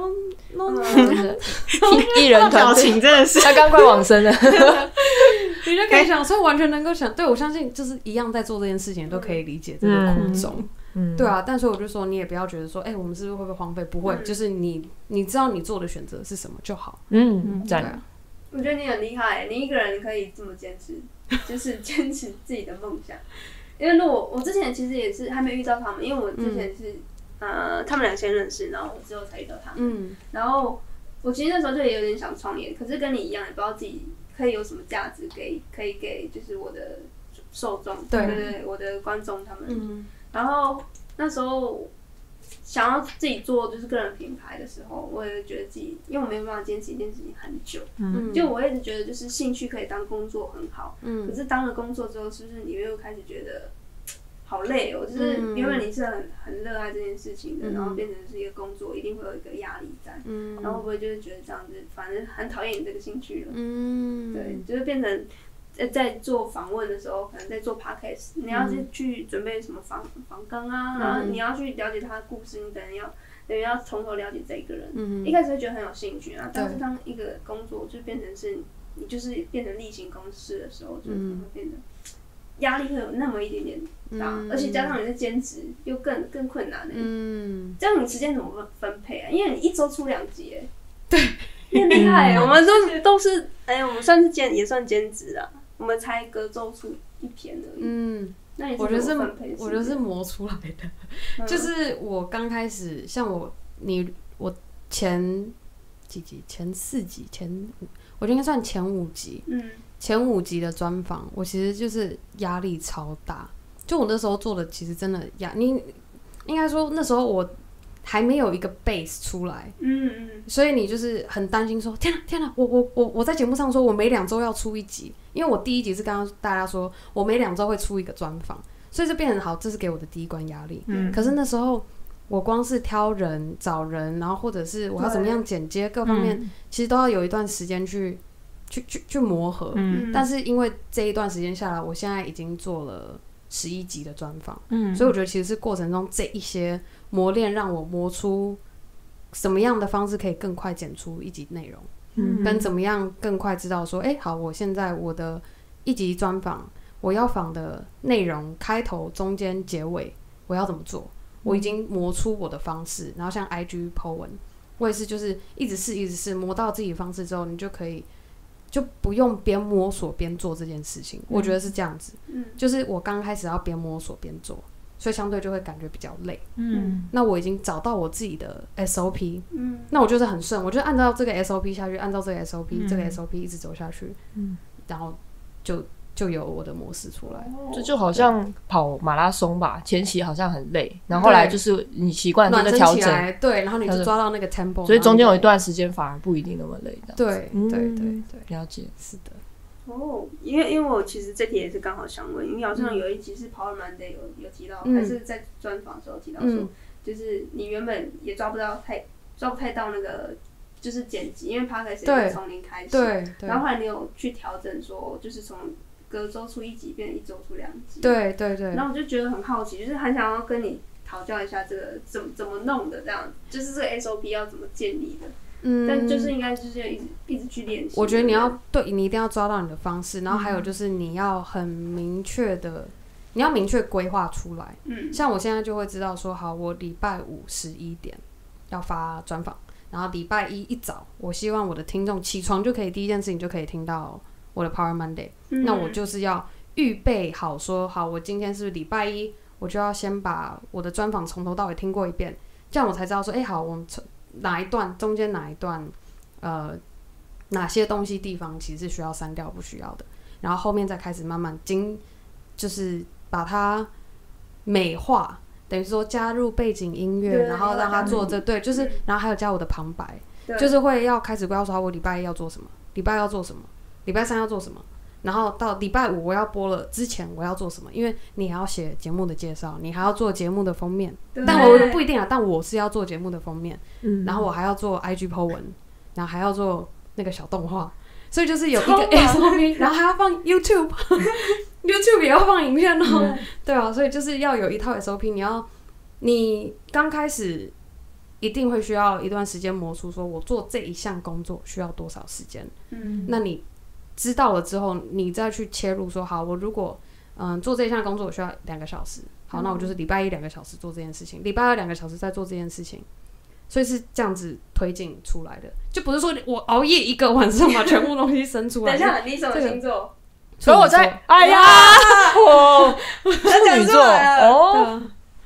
C: 弄，
B: 嗯
D: 一一人
E: 表
D: 团队，
E: 情真的是
D: 他刚快往生了。
C: 你就可以想，所以完全能够想，对我相信就是一样在做这件事情都可以理解这个苦衷，
D: 嗯
C: 对，啊。但所以我就说，你也不要觉得说，哎，我们是不是会不会荒废？不会，
B: 嗯
C: 就是你你知道你做的选择是什么就好，
D: 嗯，
C: 对
D: 赞。
C: 啊。
B: 我觉得你很厉害，你一个人可以这么坚持， 就是坚持自己的梦想。因为如果我之前其实也是还没遇到他们，因为我
C: 嗯
B: 之前是、呃他们俩先认识，然后我之后才遇到他们。
C: 嗯
B: 然后我其实那时候就有点想创业，可是跟你一样，也不知道自己可以有什么价值给可以给就是我的受众，
C: 对
B: 对对，我的观众他们。
C: 嗯
B: 然后那时候想要自己做就是个人品牌的时候，我也觉得自己因为我没有办法坚持一件事情很久，
C: 嗯，
B: 就我一直觉得就是兴趣可以当工作很好，可
C: 嗯
B: 是当了工作之后，是不是你又开始觉得嗯好累哦，就是
C: 嗯
B: 原本你是很很热爱这件事情的，
C: 嗯
B: 然后变成是一个工作，一定会有一个压力在，
C: 嗯
B: 然后会不会就是觉得这样子，反正很讨厌你这个兴趣了，
C: 嗯，
B: 对，就是变成在在做访问的时候，可能在做 podcast，你要
C: 嗯
B: 是去准备什么访访纲啊，然后你要去了解他的故事，你可能要等于要从头了解这一个人。
C: 嗯
B: 一开始会觉得很有兴趣啊，但是
C: 对
B: 当一个工作就变成是你就是变成例行公事的时候，就可能会变得压力会有那么一点点大，啊而且加上你在兼职又更更困难、欸。
C: 嗯，
B: 这样你时间怎么分分配啊？因为你一周出两集、欸，对，很厉 害、欸。我们都都是，哎、我们算是兼也算兼职啊，我们才隔周出一篇而已。
C: 嗯，
B: 那你
C: 我觉得是
B: 怎么分配时间？
C: 我觉得是磨出来的，
B: 嗯
C: 就是我刚开始，像我你我前几集，前四集，前五，我觉得应该算前五集，
B: 嗯
C: 前五集的专访，我其实就是压力超大。就我那时候做的，其实真的压，你应该说那时候我还没有一个 base 出来，
B: 嗯嗯
C: 所以你就是很担心说，天啊天啊，我我我我在节目上说我每两周要出一集，因为我第一集是刚刚大家说我每两周会出一个专访，所以这变成好，这是给我的第一关压力。
E: 嗯
C: 可是那时候我光是挑人、找人，然后或者是我要怎么样剪接各方
D: 嗯
C: 面，其实都要有一段时间去去去去磨合。
E: 嗯
B: 嗯，
C: 但
B: 是
C: 是因为这一段时间下来，我现在已经做了十一集的专访，
E: 嗯，
C: 所以我觉得其实是过程中这一些磨练，让我磨出什么样的方式可以更快剪出一集内容，
E: 嗯
C: 跟怎么样更快知道说，哎、好，我现在我的一集专访，我要访的内容开头、中间、结尾，我要怎么做？我已经磨出我的方式，然后像 IG po 文，我也是就是一直试，一直试，磨到自己的方式之后，你就可以就不用边摸索边做这件事情，我觉得是这样子。
B: 嗯
C: 就是我刚开始要边摸索边做，所以相对就会感觉比较累。
E: 嗯
C: 那我已经找到我自己的 SOP，
B: 嗯
C: 那我就是很顺，我就按照这个 SOP 下去，按照这个 SOP、
E: 嗯
C: 这个 SOP 一直走下去，
E: 嗯
C: 然后就就有我的模式出来。
B: 哦嗯
D: 这就好像跑马拉松吧，前期好像很累，然后后来就是你习惯这
C: 暖
D: 个
C: 身
D: 调
C: 起
D: 整，
C: 来，对，然后你
D: 调
C: 就
D: 整
C: 抓到那个 tempo，
D: 所以中间有一
C: 然后
D: 段时间反而不一定那么累的。
C: 你就对
D: 嗯
C: 对对对，
D: 了解，
C: 是的，
B: 哦，因为因为我其实这题也是刚好想问，因为好像有一集是 Power Monday 有有提到，
C: 嗯
B: 还是在专访的时候提到说，
C: 嗯
B: 就是你原本也抓不到太抓不太到那个就是剪辑，因为 Podcast
C: 对
B: 也是从零开始，
C: 对对
B: 然后后来你有去调整说，就是从隔周出一集变一周出两集。。
C: 对对对，
B: 然后我就觉得很好奇，就是很想要跟你讨教一下这个怎么怎么弄的，这样就是这个 SOP 要怎么建立的。
C: 嗯，
B: 但就是应该就是一直一直去练习。
C: 我觉得你
B: 对不
C: 要对你一定要抓到你的方式，然后还
D: 嗯
C: 有就是你要很明确的，你要明确规划出来。
B: 对嗯
C: 像我现在就会知道说，好，我礼拜五十一点要发专访，然后礼拜一一早，我希望我的听众起床就可以第一件事情就可以听到我的 Power Monday，、
B: 嗯
C: 那我就是要预备好说，好，我今天是不是礼拜一，我就要先把我的专访从头到尾听过一遍，这样我才知道说，哎、好，我们从哪一段中间哪一段，呃，哪些东西地方其实是需要删掉不需要的，然后后面再开始慢慢精，就是把它美化，等于说加入背景音乐，
B: 对
C: 然后让它做这对，就是
B: 嗯
C: 然后还有加我的旁白，
B: 对
C: 就是会要开始规划说我礼拜一要做什么，礼拜二要做什么，礼拜三要做什么。然后到礼拜五我要播了之前我要做什么？因为你还要写节目的介绍，你还要做节目的封面，
B: 对
C: 但我不一定啊，但我是要做节目的封面，
E: 嗯
C: 然后我还要做 IG po 文，然后还要做那个小动画，所以就是有一个
B: 超忙
C: SOP，然后还 要放 YouTube，YouTube 也要放影片哦，
B: 嗯
C: 对啊，所以就是要有一套 SOP，你要你刚开始一定会需要一段时间磨出，说我做这一项工作需要多少时间，
B: 嗯
C: 那你知道了之后，你再去切入说，好，我如果嗯做这项工作，我需要两个小时，好，那我就是礼拜一两个小时做这件事情，礼拜二两个小时再做这件事情，所以是这样子推进出来的，就不是说我熬夜一个晚上把全部东西生出来。
B: 等一，下，你什么星座？
D: 所以我在，哎呀，我处女座
C: 对
D: 哦，
C: 啊，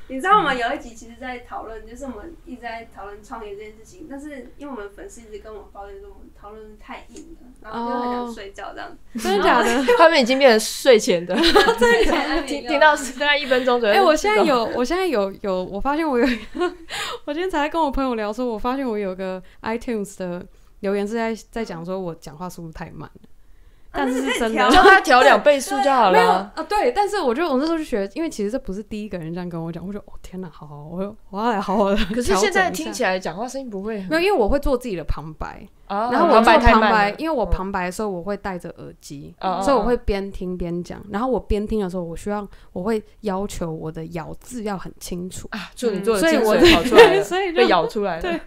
B: 你知道我们有一集其实在讨论，就是我们一直在讨论创业这件事情，但是因为我们粉丝一直跟我们抱怨说我们讨论太硬了，然后就很
C: 哦
B: 想睡觉 这样子。
C: 真的假的？
D: 他们已经变成睡前 的，
B: 对，
D: 听听到大概一分钟左右。
C: 哎、我现在有，我现在有有，我发现我有 一个，我今天才跟我朋友聊说，我发
D: 嗯
C: 现我有个 iTunes 的留言是在在讲说我讲话速度太慢了
D: 啊
C: 但是是真的
B: 那。个可以
D: 叫
B: 调
D: 他调两倍速 就好
C: 没有
D: 了。
C: 啊，对，但是我觉得我那时候就觉得，因为其实这不是第一个人这样跟我讲，我就哦天哪，好好，我我要来好好的。
D: 可是现在听起
C: 来
D: 来讲话声音不会很
C: 没有，因为我会做自己的旁白，
D: 啊，
C: 然后我
D: 旁
C: 做
D: 白太
C: 旁
D: 慢
C: 白
D: 了，嗯
C: 因为我旁白的时候我会戴着耳机，
D: 哦哦
C: 所以我会边听边讲。然后我边听的时候，我需要我会要求我的咬字要很清楚，
D: 啊，祝你做
C: 嗯
D: 的
C: 所以
D: 精
C: 我
D: 髓跑出来了，
C: 所以就
D: 被咬出来了
C: 对。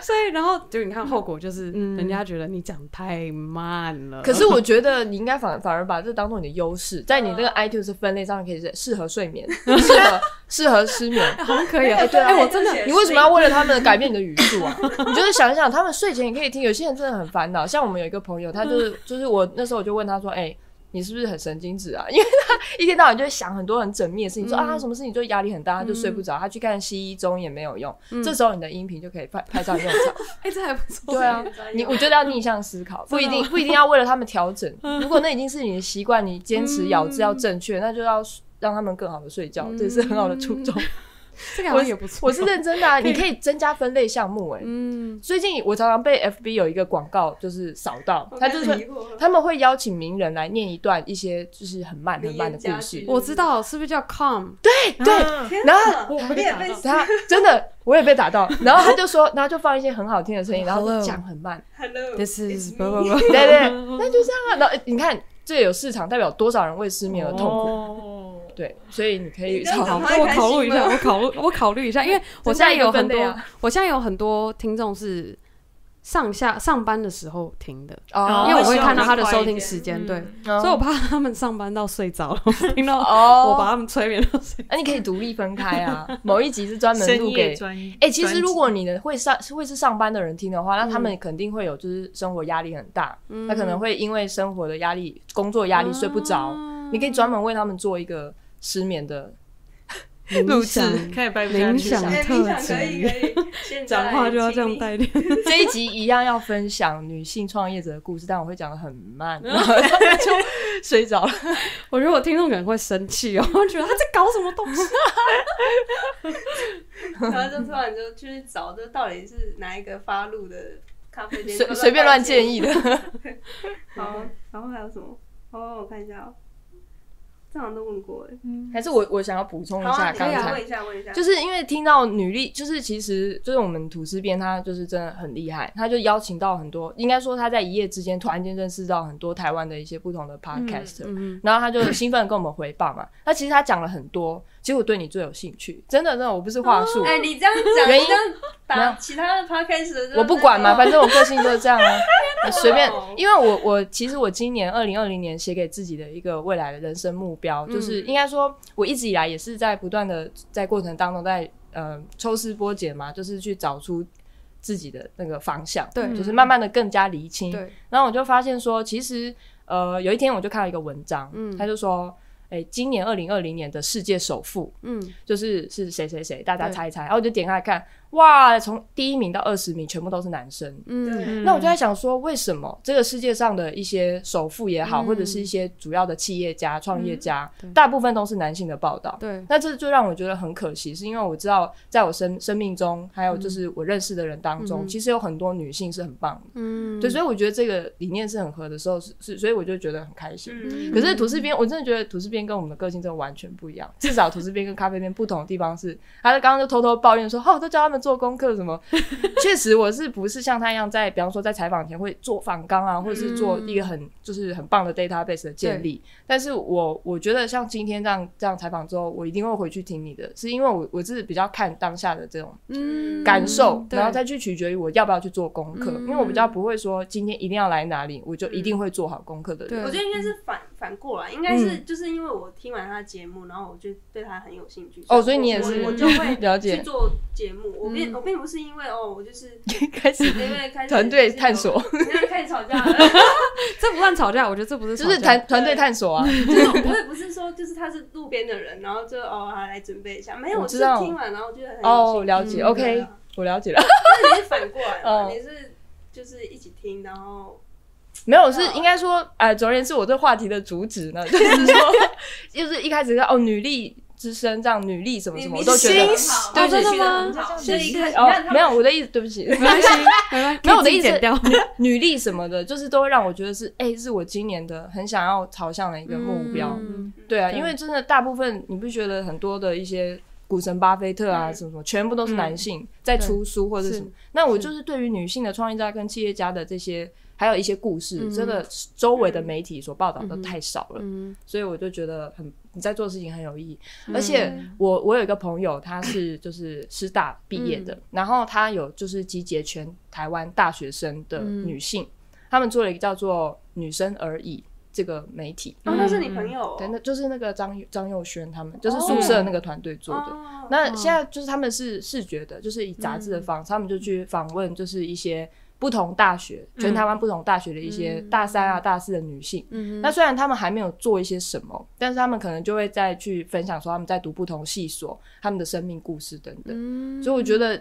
C: 所以然后就你看后果就是，人家觉得你讲太慢了。
D: 嗯可是我觉得你应该反反而把这当做你的优势，在你这
C: 啊
D: 个 iTunes 分类上可以是适合睡眠，适合适合失眠。
C: 好像可以啊，
B: 对啊
C: 哎，我真的
B: 而且
D: 你为什么要为了他们改变你的语速啊？ 你就是想一想，他们睡前也可以听。有些人真的很烦恼，像我们有一个朋友，他就是就是我那时候我就问他说：“哎、你是不是很神经质啊？” 因为他一天到晚就会想很多很缜密的事情，说啊他什么事情就压力很大，他就睡不着，他去看西医中医也没有用。这时候你的音频就可以派派上用场。
C: 哎，这还不错。
D: 对啊，哦你我觉得要逆向思 考，不一定不一定要为了他们调 整。如果那已经是你的习惯，你坚持咬字要正确，那就要让他们更好的睡觉，这是很好的初衷。
C: 这个好像也不错。
D: 我是认真的啊，你可以增加分类项目哎、
C: 嗯，
D: 最近我常常被 FB 有一个广告就是扫到，他就是
B: 迷
D: 会
B: 惑了
D: 他们会邀请名人来念一段一些就是很慢很慢的
B: 名言佳
D: 故事
B: 句，
C: 我知道是不是叫 calm？
E: 嗯
D: 对，
B: 天
D: 然后
B: 哪
C: 我
B: 你也被
D: 他真的我也被打到，然后他就说，然后就放一些很好听的声音，然后就讲很慢，
B: Hello，
C: This is
B: it's
C: 不
B: me
C: 不不，
D: 对对，那就这样啊。然后欸你看，这有市场，代表多少人为失眠而痛苦？
E: 哦，
D: 对，所以你可以
B: 你这样
D: 好
B: 讲话
C: 好，
D: 好
B: 他
C: 我
B: 开
C: 考虑
B: 心
C: 一下，
B: 吗
C: 我考虑我考虑一下， 因为我现在有很多
D: 增加一个分类，
C: 我现在有很多听众是上下上班的时候听的，
E: 哦
C: 因为我
E: 希
C: 会
E: 望
C: 看到
E: 能
C: 他的
E: 快
C: 收
E: 一
C: 听
E: 点
C: 时间，
E: 嗯
C: 对，
D: 哦
C: 所以我怕他们上班到睡着了，听到
D: 哦，啊
C: 我把他们催眠到睡。
D: 那你可以独立分开啊，某一集是专门
E: 深
D: 录
E: 夜
D: 给。
E: 专业。
D: 哎、其实
E: 专
D: 如
E: 辑
D: 果你的会上会是上班的人听的话，那他
B: 嗯
D: 们肯定会有就是生活压力很大，他可能会因为生活的压力、工作
B: 啊
D: 压力睡不着。你可以专门为他们做一个失 眠的，
C: 录制
E: 可以掰不下
C: 冥
E: 去
C: 想
B: 哎，
C: 特
B: 冥想可以
C: 辑，
B: 可以，现在
C: 讲话就要
B: 请
C: 这样
B: 你
C: 带点。
D: 这一集一样要分享女性创业者的故事，但我会讲的很 慢，然后他们就睡着了。
C: 我觉得我听众可能会生气 哦，觉得他在搞什么东西。
B: 然后就突然就去找，这到底是哪一个发露的咖啡店？
D: 随随便乱建议的。
B: 好，然后还有什么？哦，我看一下哦，这好像都问过哎。
E: 嗯
D: 还是我我想要补充一
B: 好啊，
D: 下
B: 你
D: 刚
B: 可以
D: 才
B: 问，一下，问一下，
D: 就是因为听到女力，就是其实就是我们吐司边他就是真的很厉害，他就邀请到很多，应该说他在一夜之间突然间认识到很多台湾的一些不同的 podcaster，、
C: 嗯，
D: 然后他就很兴奋地跟我们回报嘛。那其实他讲了很多，其实我对你最有兴趣，真的真的，我不是话术，
B: 哎，你这样讲，
D: 原因
B: 你这样
D: 没
B: 打
D: 有
B: 其他的 podcast 的就
D: 我不管
B: 是
D: 嘛，
B: 那
D: 反正我个性就是这样啊，我随便
B: 哦。
D: 因为我我其实我今年二零二零年写给自己的一个未来的人生目标，就是应该说我一直以来也是在不断的在过程当中在呃抽丝剥茧嘛，就是去找出自己的那个方向，
C: 对
D: 就是慢慢的更加厘清。
C: 嗯对，
D: 然后我就发现说，其实呃有一天我就看到一个文章，他就说，哎、今年二零二零年的世界首富，
C: 嗯，就是
D: 是是谁谁谁，大家
C: 对
D: 猜一猜。然后我就点开来看，哇，从第一名到二十名全部都是男生。
C: 嗯，
B: 对
D: 那我就在想说，为什么这个世界上的一些首富也好，
C: 嗯
D: 或者是一些主要的企业家、创业家，
C: 对
D: 大部分都是男性的报道？
C: 对，
D: 那这就让我觉得很可惜，是因为我知道，在我生生命中，还有就是我认识的人当中，
C: 嗯
D: 其实有很多女性是很棒的。
C: 嗯，
D: 对，所以我觉得这个理念是很合的时候，是是，所以我就觉得很开心。
B: 嗯
D: 可是吐司边，我真的觉得吐司边跟我们的个性真的完全不一样。 至少吐司边跟咖啡边不同的地方是，他刚刚就偷偷抱怨说：“哦，都教他们做功课 什么。”确实，我是不是像他一样在，比方说在采访前会做访纲
C: 嗯
D: 啊，或者是做一个很、就是很棒的 database 的建立？但是我我觉得像今天这样这样采访之后，我一定会回去听你的，是因为我我是比较看当下的这种
C: 嗯
D: 感受，
C: 对嗯
D: 然后再去取决于我要不要去做功课，因为我比较不会说今天一定要来哪里，我就一定会做好功课的人。
C: 对
B: 我觉得应该
D: 嗯
B: 是反反过来，应该是就是因为我听完他的节目，然后我就对他很有兴趣。
D: 哦，所以你
B: 我
D: 也是
B: 我我就会
D: 了
B: 去
D: 解，
B: 做节目。我并我并不是因为哦，我就是 哎
D: 开始
B: 因为开始
D: 团队探索，
B: 就是 有，因为开始吵架了。
C: 这不算吵架，我觉得这不是
D: 就
C: 吵
D: 是
C: 架
D: 团团队探 索啊。
B: 就是我也不是说就是他是路边的人，然后就哦好来准备一下。没有，
D: 我
B: 我
D: 知
B: 是
D: 道
B: 听完然后觉得很有
D: 哦，
B: 兴趣
D: 了解
C: 嗯
B: 对
D: ，OK，
B: 啊
D: 我了解了。
B: 但是你是反过来嘛，
D: 嗯
B: 你是就是一起听，然后
D: 没有，是应该 说，呃，总而言之，我这话题的主旨呢，就是说，就是一开始是哦，女力之声这样女力什么什么，我
B: 你
D: 都觉得
B: 你心
D: 对
B: 哦
D: 对
B: 真的
D: 对
B: 吗
D: 对对
B: 所以一开始
D: 哦
B: 你看他，们
D: 没有我的意思，对不起，
C: 没关系，没关系，
D: 没有我的
C: 可以
D: 意
C: 自己剪
D: 思
C: 掉。
D: 女力什么的，就是都会让我觉得是，哎、是我今年的很想要朝向的一个目标。
C: 嗯
D: 对啊，
C: 对
D: 因为真的大部分你不觉得很多的一些股神巴菲特啊
B: 嗯
D: 什么什么，全部都是男性在出书或者
C: 嗯是
D: 什么。那我就是对于女性的创业家跟企业家的这些，还有一些故事，
C: 嗯
D: 真的周围的媒体所报道
C: 嗯
D: 的太少了，
C: 嗯
D: 所以我就觉得很你在做的事情很有意义。而且我我有一个朋友，他是就是师大毕业
C: 嗯
D: 的，然后他有就是集结全台湾大学生的
C: 嗯
D: 女性，他们做了一个叫做“女生而已”这个媒体。
B: 哦，那是你朋友哦，
D: 对，那就是那个张张佑轩他们，
C: 哦
D: 就是宿舍那个团队做的。
B: 哦
D: 那现在就是他们是视觉的，就是以杂
C: 嗯
D: 志的方式，他们就去访问，就是一些不同大学，全台湾不同大学的一些大三啊、大四的女性。
C: 嗯
D: 那虽然他们还没有做一些什么，但是他们可能就会再去分享说他们在读不同系所、他们的生命故事等等。
C: 嗯
D: 所以我觉得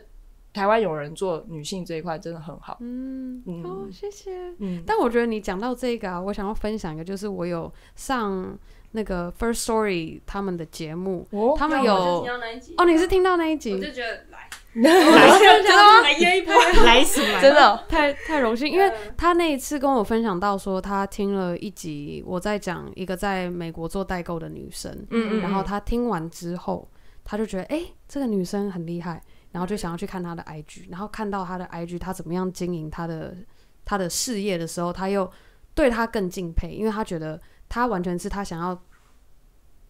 D: 台湾有人做女性这一块真的很好。
C: 嗯
D: 嗯
C: 哦，谢谢。
D: 嗯，
C: 但我觉得你讲到这个啊，我想要分享一个，就是我有上那个 First Story 他们的节目，
D: 哦
C: 他们
B: 有
C: 有
B: 我就听到那一集
C: 哦，你是听到那一
B: 我
C: 集
B: 就，觉得来，
E: 来
B: 真的吗？来约一波，
E: 来什么？
D: 真的哦
C: 太太荣幸，因为
B: 嗯
C: 他那一次跟我分享到说，他听了一集我在讲一个在美国做代购的女生，
D: 嗯嗯嗯
C: 然后他听完之后，他就觉得哎、诶这个女生很厉害，然后就想要去看她的 IG，然后看到她的 IG，她怎么样经营她的她的事业的时候，他又对她更敬佩，因为他觉得她完全是他想要，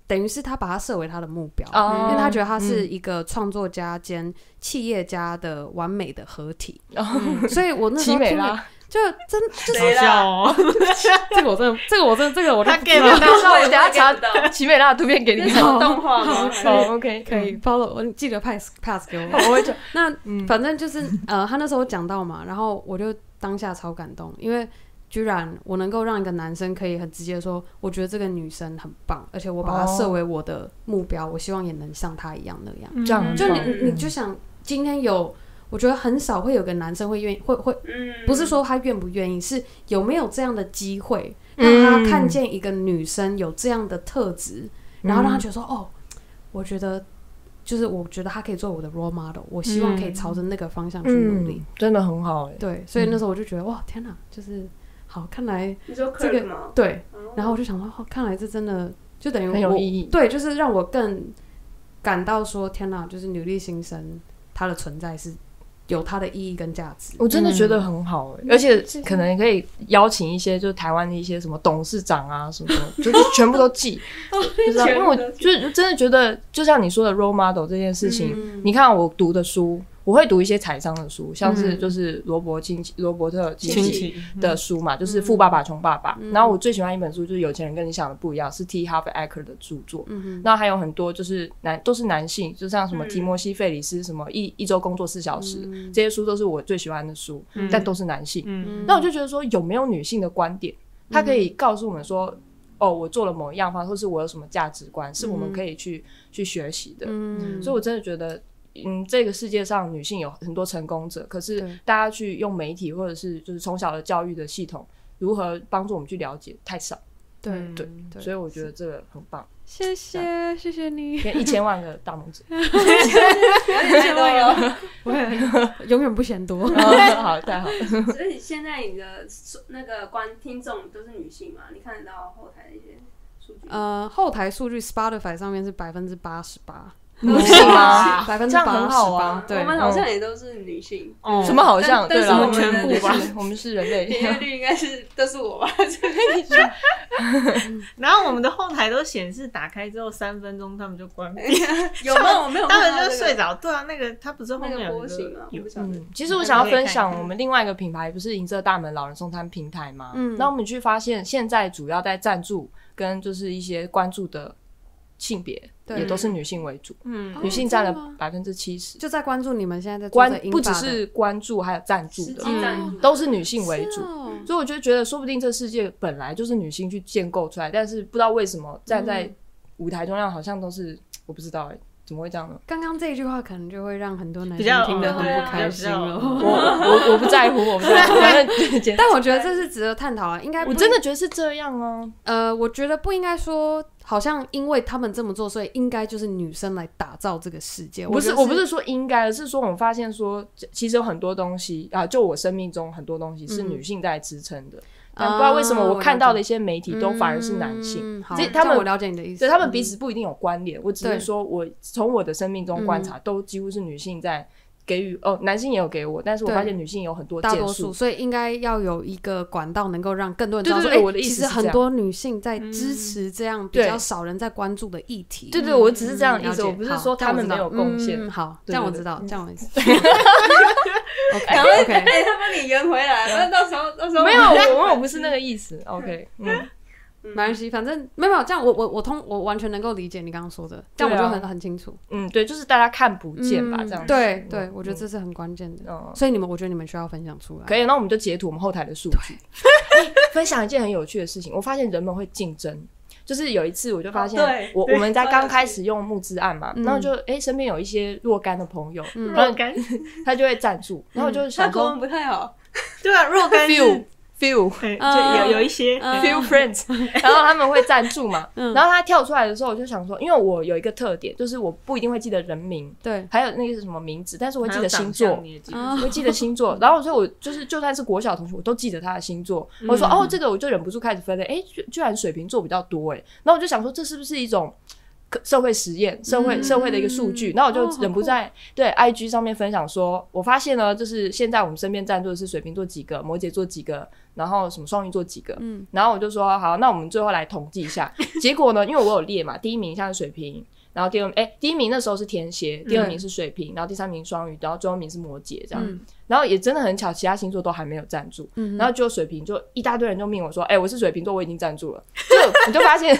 C: 等于是他把她设为他的目标，
D: 哦
C: 因为他觉得他是一个创作家兼企业家的完美的合体，嗯所以我那时
D: 奇
C: 候
D: 美
C: 听了
D: 拉，
C: 就真
E: 好笑哦，
C: 这个我真的这个我真的这个我就
E: 他 get
D: 我
E: 不
D: 等一下我等一下
E: 到，
B: 我也不知
D: 查
B: 道
D: 奇美拉的图片给
B: 那
D: 你
B: 是什
D: 看。
B: 么动画吗？
D: 好，OK，
C: 可以 follow，我记得 pass pass 给嗯 我。
D: 我会讲，
C: 那
D: 嗯，
C: 反正就是呃，他那时候讲到嘛，然后我就当下超感动，因为居然我能够让一个男生可以很直接说，我觉得这个女生很棒，而且我把她
D: 哦
C: 设为我的目标，我希望也能像她一样那样。
D: 这样
E: 嗯
C: 就你
B: 嗯
C: 你你就想今天有，我觉得很少会有个男生会愿意会会，
B: 嗯，
C: 不是说他愿不愿意，是有没有这样的机会让
D: 嗯
C: 他看见一个女生有这样的特质，然后让他觉得说
D: 嗯
C: 哦，我觉得。就是我觉得他可以做我的 role model，我希望可以朝着那个方向去努力。
D: 嗯，真的很好哎。
C: 对，所以那时候我就觉得、哇，天哪，就是好，看来
B: 你说
C: 这
B: c
C: 个
B: l 吗？
C: 对，
B: 哦
C: 然后我就想到，哦，看来这真的就等于
D: 很有
C: 嗯我
D: 意义
C: 对，就是让我更感到说，天哪，就是女力新生它的存在是有它的意义跟价值。
D: 我真的觉得很好、欸，而且可能可以邀请一些就是台湾的一些什么董事长啊什么什么， 就是全部都记，就 是啊因为我就是真的觉得，就像你说的 role model 这件事情，
C: 嗯
D: 你看我读的书，我会读一些财商的书，像是就是罗伯亲戚罗伯特亲
E: 亲
D: 戚
E: 戚
D: 的书嘛，就是《富爸爸穷爸爸》然后我最喜欢一本书就是《有钱人跟你想的不一样》，是 T. Harv Eker 的著作。
C: 嗯
D: 那还有很多就是男都是男性，就像什么提摩西·费里斯，什么一一周工作四小时、
C: 嗯
D: 这些书都是我最喜欢的书，但都是男性。
E: 嗯
D: 那我就觉得说，有没有女性的观点，
C: 嗯
D: 她可以告诉我们说，哦，我做了某一样方式，或是我有什么价值观，是我们可以去、去学习的。
C: 嗯
D: 所以我真的觉得，嗯，这个世界上女性有很多成功者，可是
C: 对
D: 大家去用媒体或者是就是从小的教育的系统。如何帮助我们去了解太少，
C: 对、嗯
D: 对
C: 对
D: 所以我觉得这个很棒，
C: 谢谢谢谢你，
D: 给一千万个大拇指。
B: 太多了。
C: 我也 永远不嫌多。
D: 哦好，太好了。
B: 所以现在你的那个观听众都是女性嘛？你看得到后台的一些数据？
C: 呃，后台数据 Spotify 上面是百分之八十八，啊
D: 女性吗？
C: 百分
D: 嗯
C: 之
D: 这样
C: 八
D: 很
C: 十
D: 好啊
C: 八，对
B: 我，们好像也都是女性，
E: 哦
D: 什么好像？
B: 但但
D: 对
B: 是
D: 了，
E: 我们全部
D: 我
E: 吧
D: 们是我们是人
E: 嗯
B: 点阅
D: 类。
B: 率应该是都是 我吧？
E: 然后我们的后台都显示打开之后三分钟他们就 关闭，
B: 有吗？我没有
E: 他
B: 看到这个，
E: 们就睡着。对啊，那个他不是后
B: 那
E: 面
B: 个
E: 有
B: 波
E: 一
B: 形吗
E: 个？
B: 我
E: 有
B: 不晓得。
D: 嗯，其实我想要分享我们另外一个品牌，不是银色大门老人送餐平台吗？
C: 嗯
D: 那我们去发现，现在主要在赞助跟就是一些关注的性别
C: 对
D: 也都是女性为主，
E: 嗯
C: 哦
D: 女性占
C: 真的
D: 了
C: 吗
D: 百分之七十。
C: 就在关注你们现在在做
D: 关
C: 的英
D: 不只
C: 法的
D: 是关注，还有赞助
B: 实
D: 的，
B: 际赞助
D: 都是女性为
C: 是
D: 主。
C: 哦
D: 所以我就觉得，说不定这世界本来就是女性去建构出来，但是不知道为什么站在舞台中央好像都是我不知道哎、怎么会这样呢？
C: 刚刚这一句话可能就会让很多男
E: 比
C: 生
E: 较
C: 听得很
B: 对
C: 不
B: 啊
C: 开心了。
D: 我我我不在乎，我不在乎，反 正简单。
C: 但我觉得这是值得探讨啊，应该不
D: 我真的觉得是这样哦、
C: 呃，我觉得不应该说好像因为他们这么做，所以应该就是女生来打造这个世界。
D: 不
C: 觉
D: 是，
C: 得
D: 我不是说应该，而是说我们发现说，这其实有很多东西啊，就我生命中很多东西是女性在支撑的，但不知道为什么
C: 啊
D: 我看到的
C: 了
D: 一
C: 解
D: 些媒体都反而是男性，
C: 嗯好
D: 这他
C: 这样
D: 们
C: 我了解你的意思，
D: 所以他们彼
C: 嗯
D: 此不一定有关联。我只是
C: 对嗯
D: 说我从我的生命中观察，都几乎是女性在给予，哦，男性也有给我，但是我
C: 对
D: 发现女性有很多
C: 大
D: 建
C: 多数，
D: 树。
C: 所以应该要有一个管道，能够让更多人知道
D: 对
C: 说，
D: 对对
C: 诶
D: 我的意思
C: 其
D: 是
C: 实
D: 这
C: 很
D: 样嗯
C: 多女性在支持这样比
D: 对
C: 较少人在关注的议题。
D: 对对，
E: 嗯
D: 我只是这样
C: 嗯
D: 的意思，
C: 了解
D: 我不是
C: 好
D: 说
C: 这样我
D: 他们
C: 知
D: 没
C: 道
D: 有贡献。
C: 嗯好，这
D: 对
C: 样
D: 对
C: 我
D: 对
C: 知道，
D: 嗯
C: 这样我 知道。OK OK，
B: 哎，他把你圆回来，不然到时候到时候
D: 没有，我我不
C: 嗯
D: 是那个意思。OK，嗯，
C: 没关系，反正没有没有这样我，我我通我完全能够理解你刚刚说的，这样我
D: 对
C: 就
D: 啊
C: 很、很清楚。
D: 嗯，对，就是大家看不见吧，
C: 嗯
D: 这样子。
C: 对
D: 嗯
C: 对，我觉得
D: 嗯
C: 这是很关键的，
D: 嗯
C: 所以你们我觉得你们需要分享出来。
D: 可以，那我们就截图我们后台的数据， 哎分享一件很有趣的事情。我发现人们会竞争，就是有一次我就发现
E: 哦对，
D: 我
E: 对
D: 我们在刚开始用募资案嘛，
C: 嗯
D: 然后就哎身边有一些若干的朋友，然
E: 若
D: 后
E: 干，
D: 他就会赞助，嗯然后我就
B: 他
D: 想
B: 国文
D: 说
B: 不太好，
E: 对啊，若干是
D: few few
E: 哎
C: 嗯
E: 就有有一些，哎
C: 嗯
D: few friends，然后他们会赞助 嘛，
C: 嗯
D: 然后他跳出来的时候，我就想说，因为我有一个特点，就是我不一定会记得人名，
C: 对，
D: 还有那个是什么名字，但是我会记
E: 还有
D: 得星
E: 长
D: 座嗯
E: 相，你也记
C: 啊
E: 得，
D: 我记得星座，然后所以我就是就算是国小同学，我都记得他的星座。我
C: 嗯
D: 说哦，这个我就忍不住开始分类，哎，居居然水瓶座比较多哎，然后我就想说这是不是一种可社会实验、社会社会的一个数据？然
C: 嗯
D: 后我
C: 哦好
D: 就
C: 酷
D: 忍不住在对 IG 上面分享说，我发现呢，就是现在我们身边站座的是水瓶座几个，摩羯座几个，然后什么双鱼座几个，
C: 嗯
D: 然后我就说好，那我们最后来统计一下。结果呢，因为我有列嘛，第一名像是水瓶，然后第二哎、第一名那时候是天蝎，第二名是水瓶，然后第三名双鱼，然后最后一名是摩羯这样。
C: 嗯
D: 然后也真的很巧，其他星座都还没有赞助，
C: 嗯，
D: 然后就水瓶就一大堆人就命我说，哎、我是水瓶座，我已经赞助了。 就你就发现，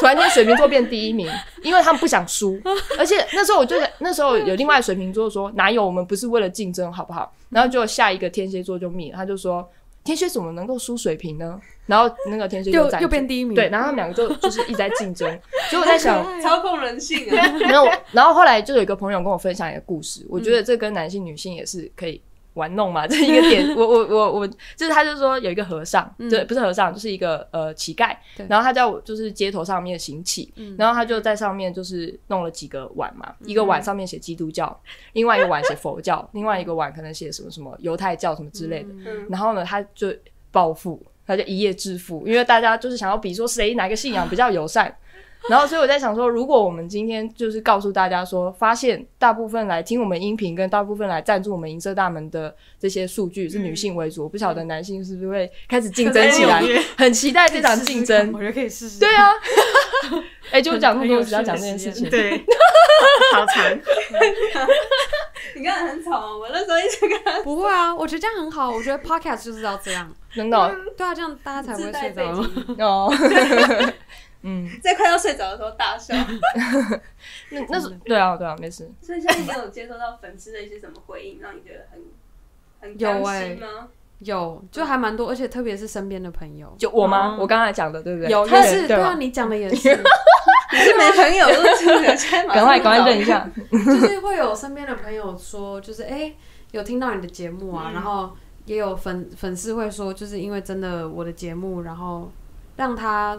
D: 突然间水瓶座变第一名， 因为他们不 想输。而且那时候我就那时候有另外水瓶座说，哪有我们不是为了竞争好不好？然后就下一个天蝎座就命，他就说天蝎怎么能够输水瓶呢？然后那个天蝎
C: 又
D: 就赞
C: 又
D: 助。
C: 变第一名，
D: 对，然后他们两个就就是一直在竞 争，所以我在想，
B: 操控人性啊！
D: 没有，然后后来就有一个朋友跟我分享一个故事，我
C: 嗯
D: 觉得这跟男性、女性也是可以玩弄嘛，这 是一个 点。我我我我，就是他就说有一个和尚，
C: 嗯
D: 对，不是和尚，就是一个呃乞丐
C: 对，嗯
D: 然后他在我就是街头上面行乞，然后他就在上面就是弄了几个碗嘛，一个碗上面写基督教，另外一个碗写佛教，另外一个碗可能写什么什么犹太教什么之类的，
B: 嗯，
D: 然后呢，他就暴富，他就一夜致富，因为大家就是想要比说谁哪个信仰比较友善。然后，所以我在想说，如果我们今天就是告诉大家说，发现大部分来听我们音频跟大部分来赞助我们银色大门的这些数据是女性为主，我不晓得男性是不是会开始竞争起 来
E: 可能有，
D: 很期待这场竞争
C: 我。觉得可以试试。
D: 对啊，哎、就讲那么
C: 很有
D: 多，
C: 趣
D: 只要讲
C: 的
D: 这件
C: 实
D: 事
C: 验
D: 情。
E: 对，好长，
B: 你看很吵啊，我那时候一直跟他
C: 不会啊，我觉得这样很好。我觉得 podcast 就是要这样，
D: 真 的哦
C: 对啊，这样大家才不
B: 自
C: 会
B: 带
C: 睡
B: 背
C: 着。
B: 景，
D: 哦，嗯，
B: 在快要睡着的时候大笑。
D: 那那是对啊，对啊，没事。
B: 所以现在你有接收到粉丝的一些什么回应，让你觉得很很
C: 有
B: 担
C: 欸
B: 心吗？
C: 有，就还蛮多，而且特别是身边的朋友，
D: 就我吗？
E: 嗯
D: 我刚才讲的，对不对？
C: 但
D: 对
C: 是
D: 对
C: 对
D: 吧
C: 啊，你讲的也是，
B: 你是没朋友，都是的，现在马上
D: 赶快赶快
B: 找
D: 认一 下。
C: 就是会有身边的朋友说，就是哎、诶有听到你的节目啊，然后也有粉粉丝会说，就是因为真的我的节目，然后让他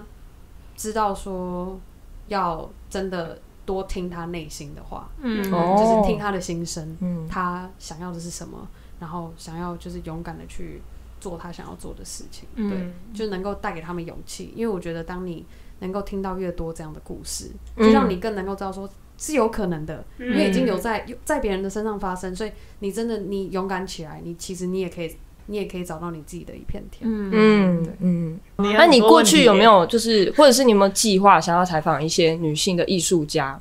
C: 知道说要真的多听他内心的话，
E: 嗯
B: 哦
C: 就是听他的心声，
D: 嗯，
C: 他想要的是什么，然后想要就是勇敢的去做他想要做的事情，对，
E: 嗯，
C: 就能够带给他们勇气，因为我觉得当你能够听到越多这样的故事，
D: 嗯
C: 就让你更能够知道说是有可能的，
B: 嗯
C: 因为已经有在有在别人的身上发生，所以你真的你勇敢起来，你其实你也可以，你也可以找到你自己的一片天。
D: 嗯
C: 对
D: 嗯。
E: 你
D: 那
E: 很
D: 你
E: 多
D: 过
E: 问
D: 去
E: 题
D: 有没
E: 耶？
D: 有就是，或者是你有没有计划想要采访一些女性的艺术家？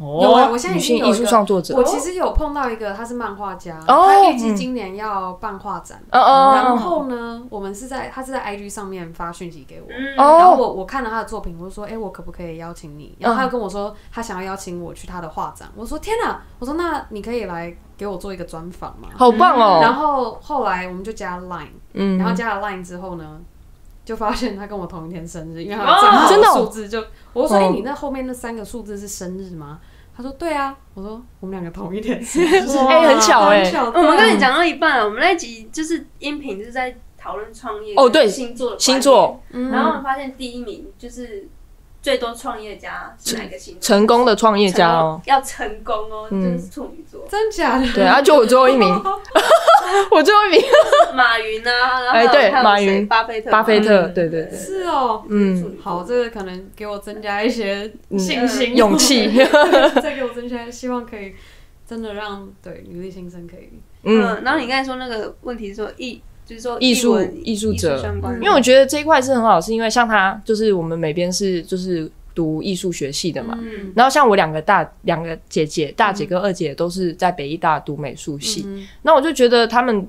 C: 有啊，我现在已
D: 女
C: 经
D: 性
C: 有
D: 艺
C: 一
D: 术
C: 个
D: 创作者。
C: 我其实有碰到一个，他是漫画家，
D: 哦
C: 他预计
D: 嗯
C: 今年要办画展。
D: 哦
C: 然
D: 哦
C: 后呢，我们是在他是在 IG 上面发讯息给我，
B: 嗯
C: 然后
D: 哦，
C: 我我看了他的作品，我就说，哎、我可不可以邀请你？然后他就跟我
D: 嗯
C: 说，他想要邀请我去他的画展。我说，天哪！我说，那你可以来给我做一个专访吗？
D: 好棒
C: 然
D: 哦。
C: 后后来我们就加了 Line，
D: 嗯
C: 然后加了 Line 之后呢，就发现他跟我同一天生日，因为他
B: 哦
C: 有正好
D: 真的哦
C: 数字就，我就说，哎、
D: 哦
C: 你那后面那三个数字是生日吗？他说，对啊。我说，我们两个同一天生日，
D: 哎很巧哎
C: 很巧
B: 我们
C: 对
B: 跟你讲到一半了，我们那一集就是音频就是在讨论创业
D: 哦对
B: 星座的观念
D: 星，座，
C: 嗯
B: 然后我们发现第一名就是最多创业家是哪个星座？
D: 成功的创业家哦。
B: 要成功哦，就
D: 嗯
B: 是处女座，
C: 真假的？
D: 对，然后啊就我最后一名，我最后一名，
B: 马云啊，然后
D: 哎对
B: 还有
D: 马
B: 谁
D: 云
B: 巴菲特嘛，
D: 巴菲特，
E: 嗯
D: 对对对，
C: 是哦。
B: 嗯，处
D: 嗯，
B: 女座
C: 好，这个可能给我增加一些
D: 嗯
C: 信心、
D: 勇气
C: 呃
D: 嗯
C: 再给我增加，希望可以真的让对女力新生可以。
D: 嗯，
B: 嗯，然后你刚才说那个问题是说艺，就是说
D: 艺术
B: 文
D: 艺
B: 艺
D: 术者
B: 相关的，
D: 因为我觉得这一块是很好，是因为像他就是我们美编是就是读艺术学系的嘛，
B: 嗯
D: 然后像我两个大两个姐姐，大姐跟二姐都是在北医大读美术系，
C: 嗯
D: 那我就觉得他们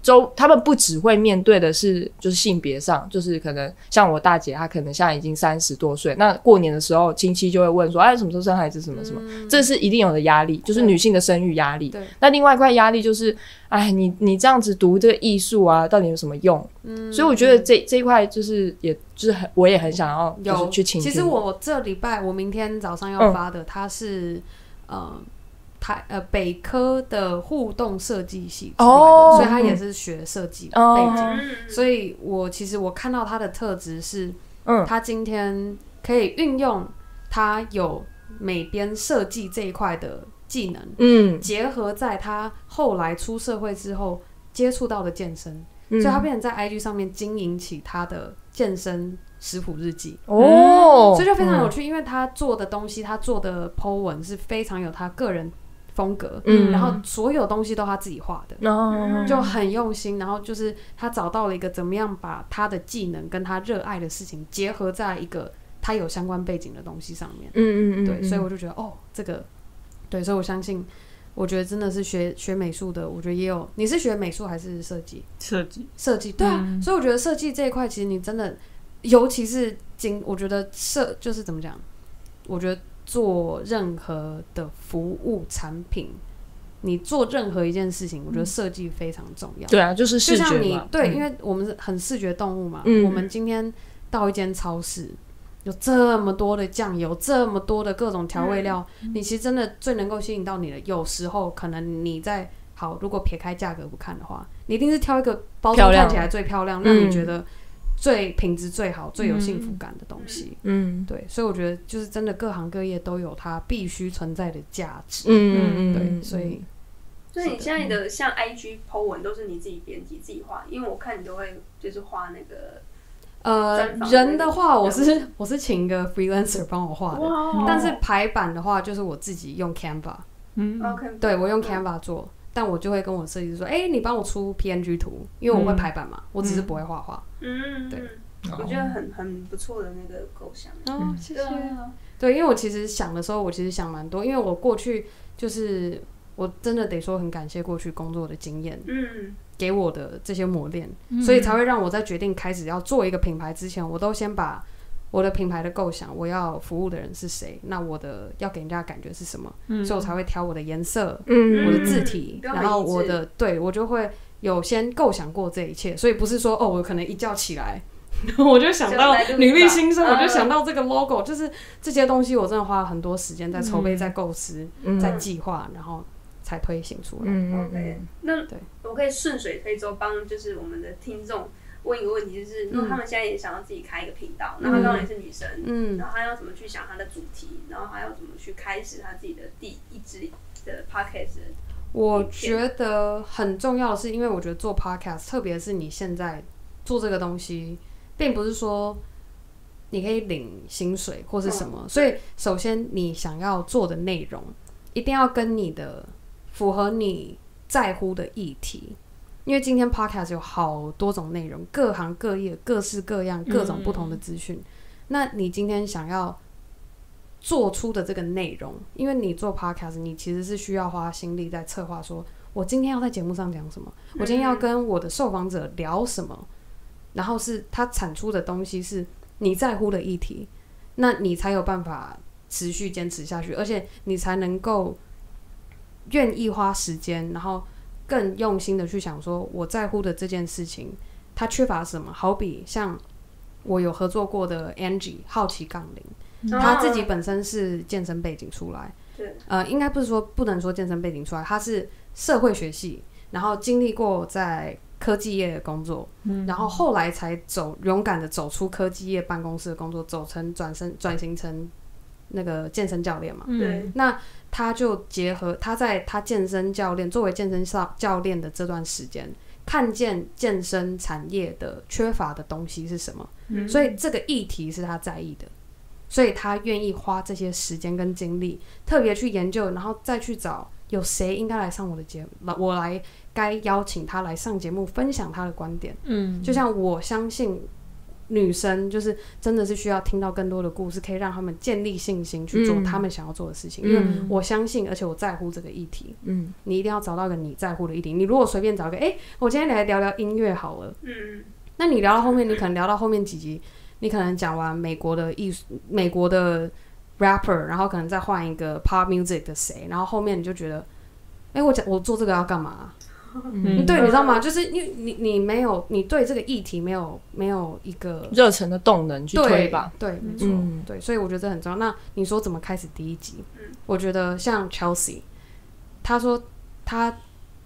D: 周他们不只会面对的是就是性别上，就是可能像我大姐，她可能现在已经三十多岁，那过年的时候亲戚就会问说，哎，什么时候生孩子，什么什么，这是一定有的压力，就是女性的生育压力
C: 嗯对。
D: 那另外一块压力就是，哎，你你这样子读这个艺术啊，到底有什么用？
C: 嗯
D: 所以我觉得这这一块就是也就是很我也很想要就
C: 有
D: 是去倾听。
C: 其实我这礼拜，我明天早上要发的，它是呃台呃北科的互动设计系出来的，
D: 哦
C: 所以他也是学设计的
D: 哦
C: 背景。
B: 嗯
C: 所以我其实我看到他的特质是，
D: 嗯
C: 他今天可以运用他有美编设计这一块的技能，
D: 嗯
C: 结合在他后来出社会之后接触到的健身，
D: 嗯，
C: 所以他变成在 IG 上面经营起他的健身食谱日记，
D: 哦，
C: 所以就非常有趣，因为他做的东西，他做的 po 文是非常有他个人风格，
D: 嗯
C: 然后所有东西都他自己画的。
D: 哦
C: 就很用心，然后就是他找到了一个怎么样把他的技能跟他热爱的事情结合在一个他有相关背景的东西上面。
D: 嗯嗯嗯，
C: 对，
D: 嗯
C: 所以我就觉得哦，这个对，所以我相信，我觉得真的是学学美术的，我觉得也有。你是学美术还是设计？
E: 设计
C: 设计对啊，
D: 嗯
C: 所以我觉得设计这一块，其实你真的，尤其是经，我觉得设就是怎么讲，我觉得做任何的服务产品，你做任何一件事情，我
D: 嗯
C: 觉得设计非常重要。
D: 对啊，就是
C: 就
D: 视
C: 像
D: 觉
C: 你
D: 嘛，
C: 对，
D: 嗯
C: 因为我们是很视觉动物嘛，
D: 嗯
C: 我们今天到一间超市。有这么多的酱油，这么多的各种调味料，
D: 嗯
C: 你其实真的最能够吸引到你的，有时候可能你在好，如果撇开价格不看的话，你一定是挑一个包
D: 漂
C: 装
D: 亮
C: 看起来最漂亮，
D: 嗯
C: 让你觉得最品质最好、最有幸福感的东西。
D: 嗯
C: 对，所以我觉得就是真的各行各业都有它必须存在的价值。
D: 嗯嗯
C: 对，
D: 嗯，
C: 所以
B: 所以你现在的像 IG po 文都是你自己编辑自己画，因为我看你都会就是画那个
C: 呃
B: 专，访
C: 人的话，
B: 的
C: 我是我是请一个 freelancer 帮我画的，
B: 哇
C: 但是排版的话，就是我自己用 Canva，
E: 嗯
B: OK
C: 对我用 Canva 做，但我就会跟我设计师说，哎、你帮我出 PNG 图，因为我会排版嘛，我只是不会画画。
B: 嗯，
C: 对
B: 嗯我觉得很很不错的那个构想。
C: 哦，谢
B: 对啊，
C: 对，因为我其实想的时候，我其实想蛮多，因为我过去就是我真的得说很感谢过去工作的经验
B: 嗯，
C: 给我的这些磨练，所以才会让我在决定开始要做一个品牌之前，我都先把我的品牌的构想，我要服务的人是谁，那我的要给人家的感觉是什么，
E: 嗯
C: 所以我才会挑我的颜色、
D: 嗯
C: 我的字体，
B: 嗯
C: 然后我的对我就会有先构想过这一切，所以不是说哦，我可能一觉起来。 我就想
B: 就
C: 到
B: 来就是
C: 女力新生，
B: 吧
C: 我就想到这个 logo，就是这些东西，我真的花了很多时间在筹备、在构思、
D: 嗯
C: 在计划，然后才推行出来。
D: 嗯嗯
B: OK
D: 嗯，
B: 那
C: 对
B: 我可以顺水推舟，帮就是我们的听众问一个问题，就是如果他们现在也想要自己开一个频道，然后当然也是女生，
C: 嗯
B: 然后他要怎么去想他的主题，然后还要怎么去开始他自己的第一支的 podcast，
C: 我觉得很重要的是，因为我觉得做 podcast，特别是你现在做这个东西，并不是说你可以领薪水或是什么，所以首先你想要做的内容，一定要跟你的符合你在乎的议题。因为今天 podcast 有好多种内容，各行各业、各式各样、各种不同的资讯。那你今天想要做出的这个内容，因为你做 podcast，你其实是需要花心力在策划，说我今天要在节目上讲什么，我今天要跟我的受访者聊什么，然后是他产出的东西是你在乎的议题，那你才有办法持续坚持下去，而且你才能够愿意花时间，然后更用心的去想说我在乎的这件事情，它缺乏什么。好比像我有合作过的 Angie 好奇杠铃。
B: 嗯
C: 嗯他自己本身是健身背景出来，
B: 哦对，
C: 呃，应该不是说不能说健身背景出来，他是社会学系，然后经历过在科技业的工作，
E: 嗯
C: 然后后来才走勇敢的走出科技业办公室的工作，走成转身转型成那个健身教练嘛。
D: 嗯
B: 对，
C: 那他就结合他在他健身教练作为健身教教练的这段时间，看见健身产业的缺乏的东西是什么，
E: 嗯
C: 所以这个议题是他在意的，所以他愿意花这些时间跟精力，特别去研究，然后再去找有谁应该来上我的节目，来我来该邀请他来上节目分享他的观点。
E: 嗯
C: 就像我相信女生，就是真的是需要听到更多的故事，可以让他们建立信心去做
D: 嗯
C: 他们想要做的事情。因为
D: 嗯
C: 我相信，而且我在乎这个议题，
D: 嗯
C: 你一定要找到一个你在乎的议题。你如果随便找一个，哎、我今天来聊聊音乐好了，
B: 嗯，
C: 那你聊到后面，你可能聊到后面几集，你可能讲完美国的艺术，美国的 rapper，然后可能再换一个 pop music 的谁，然后后面你就觉得，哎、我讲我做这个要干嘛啊、
E: 嗯
C: 对，你知道吗？就是因为你你没有你对这个议题没有没有一个
D: 热忱的动能去推
C: 对
D: 吧，，
C: 对，没错，
D: 嗯
C: 对，所以我觉得这很重要。那你说怎么开始第一集？
B: 嗯
C: 我觉得像 Chelsea，他说他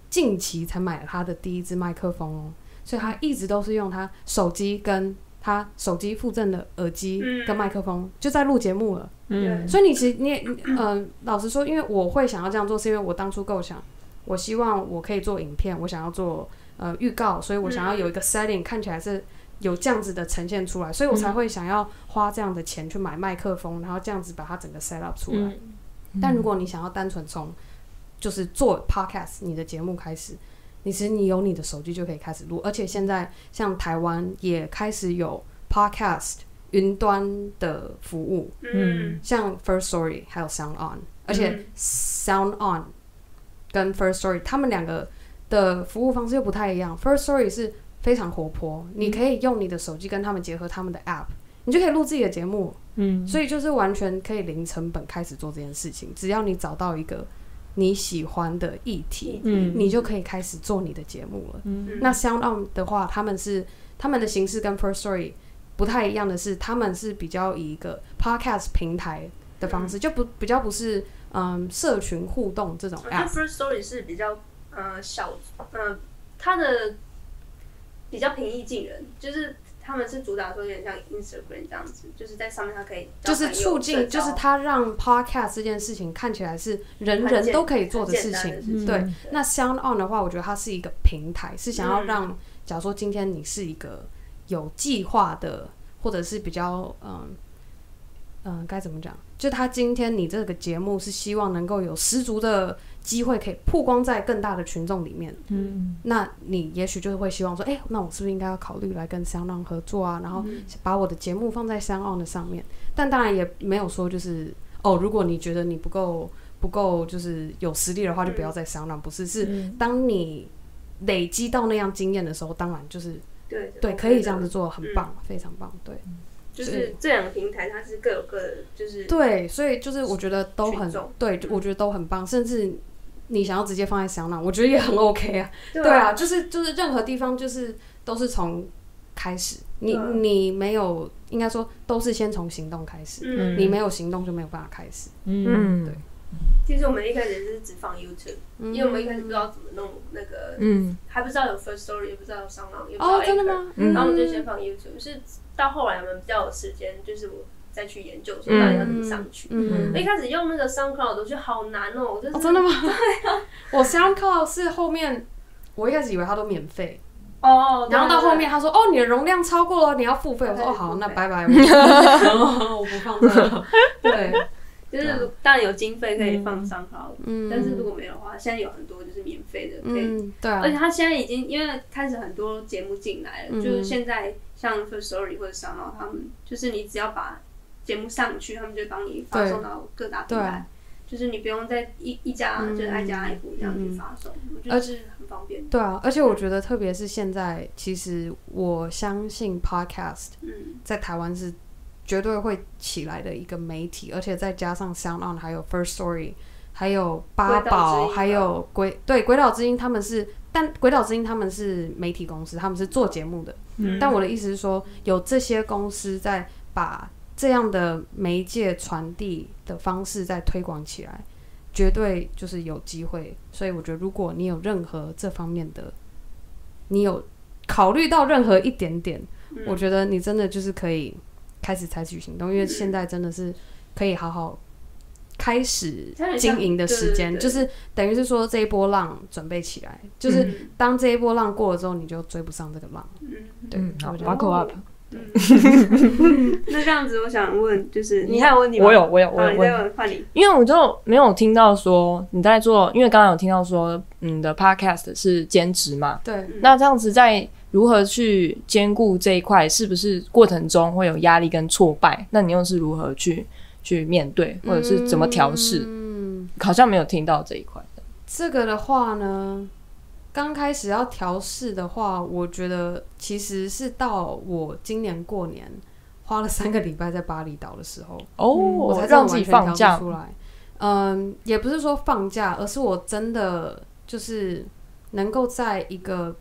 C: 近期才买了他的第一支麦克风哦，所以他一直都是用他手机跟他手机附赠的耳机
B: 嗯
C: 跟麦克风，就在录节目了。
B: 嗯
C: 所以你其实你也，嗯、老实说，因为我会想要这样做，是因为我当初构想，我希望我可以做影片，我想要做呃预告，所以我想要有一个 setting、看起来是有这样子的呈现出来，所以我才会想要花这样的钱去买麦克风，然后这样子把它整个 set
D: 嗯
C: up 出来。但如果你想要单纯从就是做 podcast 你的节目开始，你其实你有你的手机就可以开始录，而且现在像台湾也开始有 podcast 云端的服务，
B: 嗯，
C: 像 First Story 还有 Sound On，而且
B: 嗯
C: Sound On 跟 First Story 他们两个的服务方式又不太一样。First Story 是非常活泼，
E: 嗯
C: 你可以用你的手机跟他们结合他们的 App，你就可以录自己的节目。
E: 嗯
C: 所以就是完全可以零成本开始做这件事情，只要你找到一个你喜欢的议题，
E: 嗯
C: 你就可以开始做你的节目了。
B: 嗯
C: 那啊 Sound On 的话，他们是他们的形式跟 First Story 不太一样的是，他们是比较以一个 podcast 平台的方
B: 嗯
C: 式，就不比较不是嗯社群互动这种
B: 我觉得
C: app。
B: First Story 是比较呃小，呃，它的比较平易近人，就是他们是主打说有点像 Instagram 这样子，就是在上面它可以交
C: 就
B: 朋友
C: 是促进，就是它让 podcast 这件事情看起来是人人都可以做的
B: 很简
C: 事
B: 单
C: 情
B: 的事，情
C: 对
B: 嗯，
C: 那 Sound On 的话，我觉得它是一个平台，是想要让，假如说今天你是一个有计划的，或者是比较嗯嗯该怎么讲，就他今天你这个节目是希望能够有十足的机会可以曝光在更大的群众里面，
E: 嗯
C: 那你也许就会希望说，哎、那我是不是应该要考虑来跟 Sound On 合作啊？然后
B: 嗯
C: 把我的节目放在 Sound On 的上面，但当然也没有说就是哦，如果你觉得你不够不够就是有实力的
B: 嗯
C: 话，就不要再 Sound On，不是是。
E: 嗯
C: 当你累积到那样经验的时候，当然就是
B: 对
C: 对，
B: 我
C: 可以
B: 觉
C: 这样
B: 得嗯
C: 子做，很棒，非常棒，对
B: 就是这两个平台它是各有各的，就是
C: 对，所以就是我觉得都
B: 群
C: 很
B: 众
C: 对，我觉得都很棒，甚至你想要直接放在香囊，我觉得也很 OK 啊，
B: 对
C: 对啊，就是就是任何地方就是都是从开始，你
B: 对啊
C: 你没有应该说都是先从行动开始，
B: 嗯，
C: 你没有行动就没有办法开始，
E: 嗯
C: 对嗯
B: 其实我们一开始是只放 YouTube，因为我们一开始不知道怎么弄那个，
D: 嗯
B: 还不知道有 First Story，也不知道有商浪，也不知道
C: 哦，真的
B: Anchor？
C: 吗？
D: 嗯
B: 然后我们就
C: 嗯
B: 先放 YouTube，是到后来我们比较有时间，就是我再去研究说到底要怎么上去。
C: 嗯
B: 我一开始用那个 SoundCloud 我觉得好难哦，我真
C: 哦，
B: 是
C: 真的吗？ 啊我 SoundCloud 是后面，我一开始以为它都免费，
B: 哦，对
C: 然后到
B: 对
C: 后面他说：“哦，你的容量超过了，你要付费。”我说：“
B: 对
C: 哦，好，
B: 付
C: 那
B: 费哦
C: 拜 拜，我我不放这了。” 对，啊
B: 就是当然有经费可以放 SoundCloud，
C: 嗯
B: 但是如果没有的话，现在有很多就是免费的可以
C: 嗯，对啊
B: 而，且他现在已经因为开始很多节目进来了，
C: 嗯
B: 就是现在像 First Story 或者小脑他们，就是你只要把节目上去，他们就帮你发
C: 对
B: 送到各大平
C: 对
B: 台，就是你不用再一一家、
C: 嗯
B: 就是挨家挨户这样去发送，我觉得
C: 而
B: 是很方便。
C: 对啊，而且我觉得，特别是现在，其实我相信 Podcast
B: 嗯
C: 在台湾是绝对会起来的一个媒体，而且再加上 Sound On，还有 First Story，还有八
B: 鬼岛之
C: 宝，
B: 音
C: 还有鬼对鬼岛之音，他们是，但鬼岛之音他们是媒体公司，他们是做节目的。
E: 嗯
C: 但我的意思是说，有这些公司在把这样的媒介传递的方式在推广起来，绝对就是有机会。所以我觉得，如果你有任何这方面的，你有考虑到任何一点点，
B: 嗯
C: 我觉得你真的就是可以开始采取行动，因为现在真的是可以好好开始经营的时间，
B: 对对对
C: 就是等于是说这一波浪准备起来，就是
B: 嗯
C: 当这一波浪过了之后，你就追不上这个浪。
B: 嗯，
C: 对，
D: 嗯好
C: 我觉得
D: buckle up。
B: 嗯 那这样子，我想问，
C: 嗯
B: 就是
E: 你还有问题吗？
D: 我有，我有，我
B: 好，
D: 有
B: 你
D: 问
B: 再问换你，
D: 因为我就没有听到说你在做，因为刚刚有听到说你的 podcast 是兼职嘛，
C: 对，
B: 嗯
D: 那这样子在如何去兼顾这一块，是不是过程中会有压力跟挫败？那你又是如何去去面对，或者是怎么调试？
C: 嗯，
D: 好像没有听到这一块。
C: 这个的话呢，刚开始要调试的话，我觉得其实是到我今年过年花了三个礼拜在巴厘岛的时 候，
D: 哦，
C: 我才真的
D: 让
C: 完
D: 自己
C: 全
D: 放
C: 调
D: 假
C: 不，出来。嗯，也不是说放假，而是我真的就是能够在一个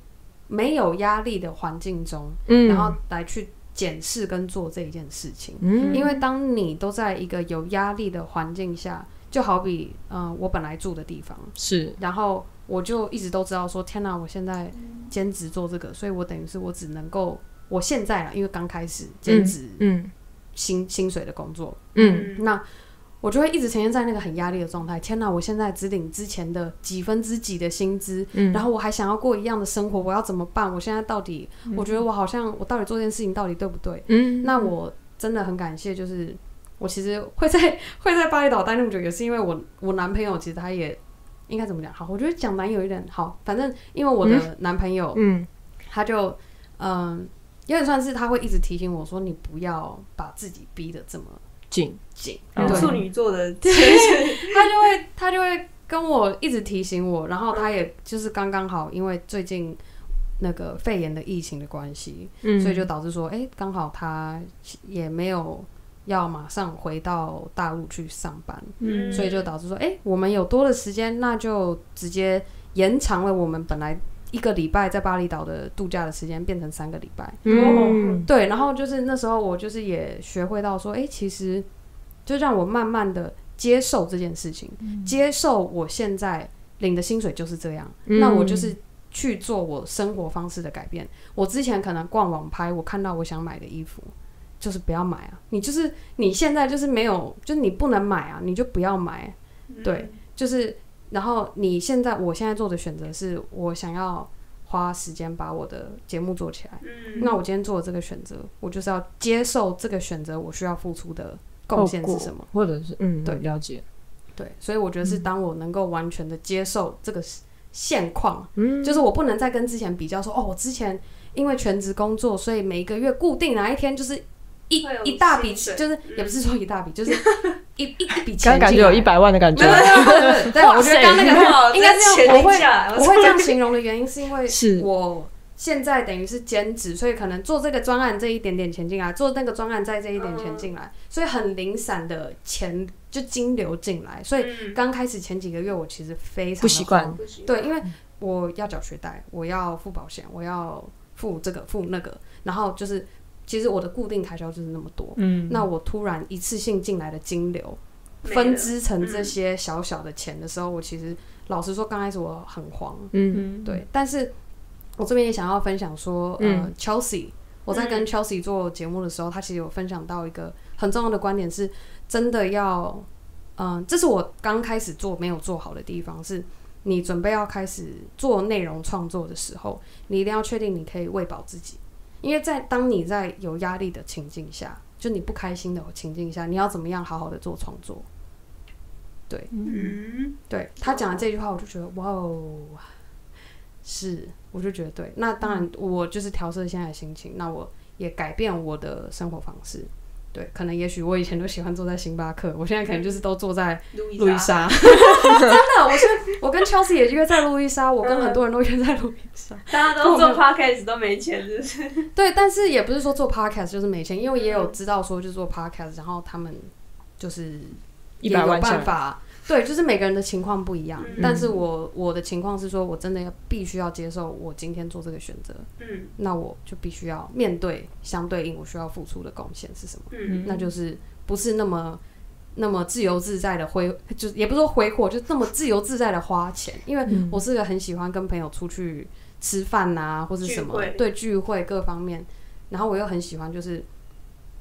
C: 没有压力的环境中，
D: 嗯
C: 然后来去检视跟做这一件事情。
D: 嗯
C: 因为当你都在一个有压力的环境下，就好比呃我本来住的地方，
D: 是
C: 然后我就一直都知道说，天哪，我现在兼职做这个，所以我等于是我只能够我现在啦，因为刚开始兼职
D: 嗯
C: 薪、薪水的工作，
D: 嗯
C: 那我就会一直呈现在那个很压力的状态。天哪，我现在只领之前的几分之几的薪资，
D: 嗯，
C: 然
D: 后
C: 后我还想要过一样的生活，我要怎么办？我现在到底，我觉得我好像我到底做这件事情到底对不对？
D: 嗯
C: 那我真的很感谢，就是我其实会在会在巴厘岛待那么久，也是因为我我男朋友其实他也应该怎么讲？好，我觉得讲男友有点好，反正因为我的男朋友、
D: 嗯
C: 他就嗯，有点算是他会一直提醒我说，你不要把自己逼得这么
D: 紧
C: 紧，
D: 嗯
E: 有
C: 对
E: 处女座的，
C: 他就会他就会跟我一直提醒我，然后他也就是刚刚好，因为最近那个肺炎的疫情的关系，
D: 嗯
C: 所以就导致说，哎、刚好他也没有要马上回到大陆去上班，
B: 嗯
C: 所以就导致说，哎、我们有多的时间，那就直接延长了我们本来一个礼拜在巴厘岛的度假的时间，变成三个礼拜。
D: 嗯
C: 对，然后就是那时候我就是也学会到说，哎、其实就让我慢慢的接受这件事情，接受我现在领的薪水就是这样，
D: 嗯
C: 那我就是去做我生活方式的改变。我之前可能逛网拍，我看到我想买的衣服。就是不要买啊！你就是你现在就是没有，就是你不能买啊，你就不要买。对，就是，然后你现在，我现在做的选择是我想要花时间把我的节目做起来。
B: 嗯，
C: 那我今天做的这个选择，我就是要接受这个选择，我需要付出的贡献是什么？？
D: 或者是嗯，
C: 对
D: 了解，
C: 对，所以我觉得是当我能够完全的接受这个现况，
D: 嗯
C: 就是我不能再跟之前比较说，哦，我之前因为全职工作，所以每一个月固定哪一天就是一
B: 会有
C: 一大笔，
B: 薪水
C: 就是也不是说一大笔，就是一一一 笔
D: 刚
C: 钱
D: 刚感
C: 进
D: 觉有
C: 来
D: 一。百万的感
C: 没
D: 觉
C: 有，没有没有没有， 对，我觉得刚刚 那个应该是这样我会我会这样形容的原因是因为
D: 是
C: 我现在等于是兼职，所以可能做这个专案这一点点钱进来，做那个专案再这一点钱进
B: 嗯
C: 来，所以很零散的钱就金流进来。所以
B: 嗯
C: 刚开始前几个月，我其实非常地
D: 不习惯
C: 慌，
B: 不行，
C: 对，因为我要缴学贷，我要付保险，我要付这个付那个，然后就是其实我的固定开销就是那么多。
D: 嗯
C: 那我突然一次性进来的金流
B: 没了嗯
C: 分支成这些小小的钱的时候，我其实老实说，刚开始我很慌，
D: 嗯
E: 嗯，
C: 对，但是我这边也想要分享说，呃
D: 嗯
C: ，Chelsea，我在跟 Chelsea 做节目的时候，他其实有分享到一个很重要的观点是，真的要，嗯、这是我刚开始做没有做好的地方是。你准备要开始做内容创作的时候，你一定要确定你可以喂饱自己，因为在当你在有压力的情境下，就你不开心的情境下，你要怎么样好好的做创作？
B: 嗯，
C: 对他讲的这句话，我就觉得哇哦，是，我就觉得对。那当然，我就是调试现在的心情，那我也改变我的生活方式。对，可能也许我以前都喜欢坐在星巴克，我现在可能就是都坐在
B: 路易
C: 路易莎。 真的，我是我跟 Chelsea 也约在路易莎，我跟很多人都约在路易莎。
B: 大家都做嗯 podcast 都没钱，是不是？
C: 对，但是也不是说做 podcast 就是没钱，因为也有
D: 嗯
C: 知道说就是做 podcast，然后他们就是
D: 一
C: 也
D: 百
C: 有
D: 万下
C: 办法。对，就是每个人的情况不一样，
B: 嗯
C: 但是我我的情况是说，我真的要必须要接受我今天做这个选择，
B: 嗯
C: 那我就必须要面对相对应我需要付出的贡献是什么，
B: 嗯
C: 那就是不是那么那么自由自在的挥，就是也不是说挥霍，就这么自由自在的花钱。因为
B: 嗯
C: 我是个很喜欢跟朋友出去吃饭呐、或者什么
B: 聚会
C: 对聚会各方面，然后我又很喜欢就是，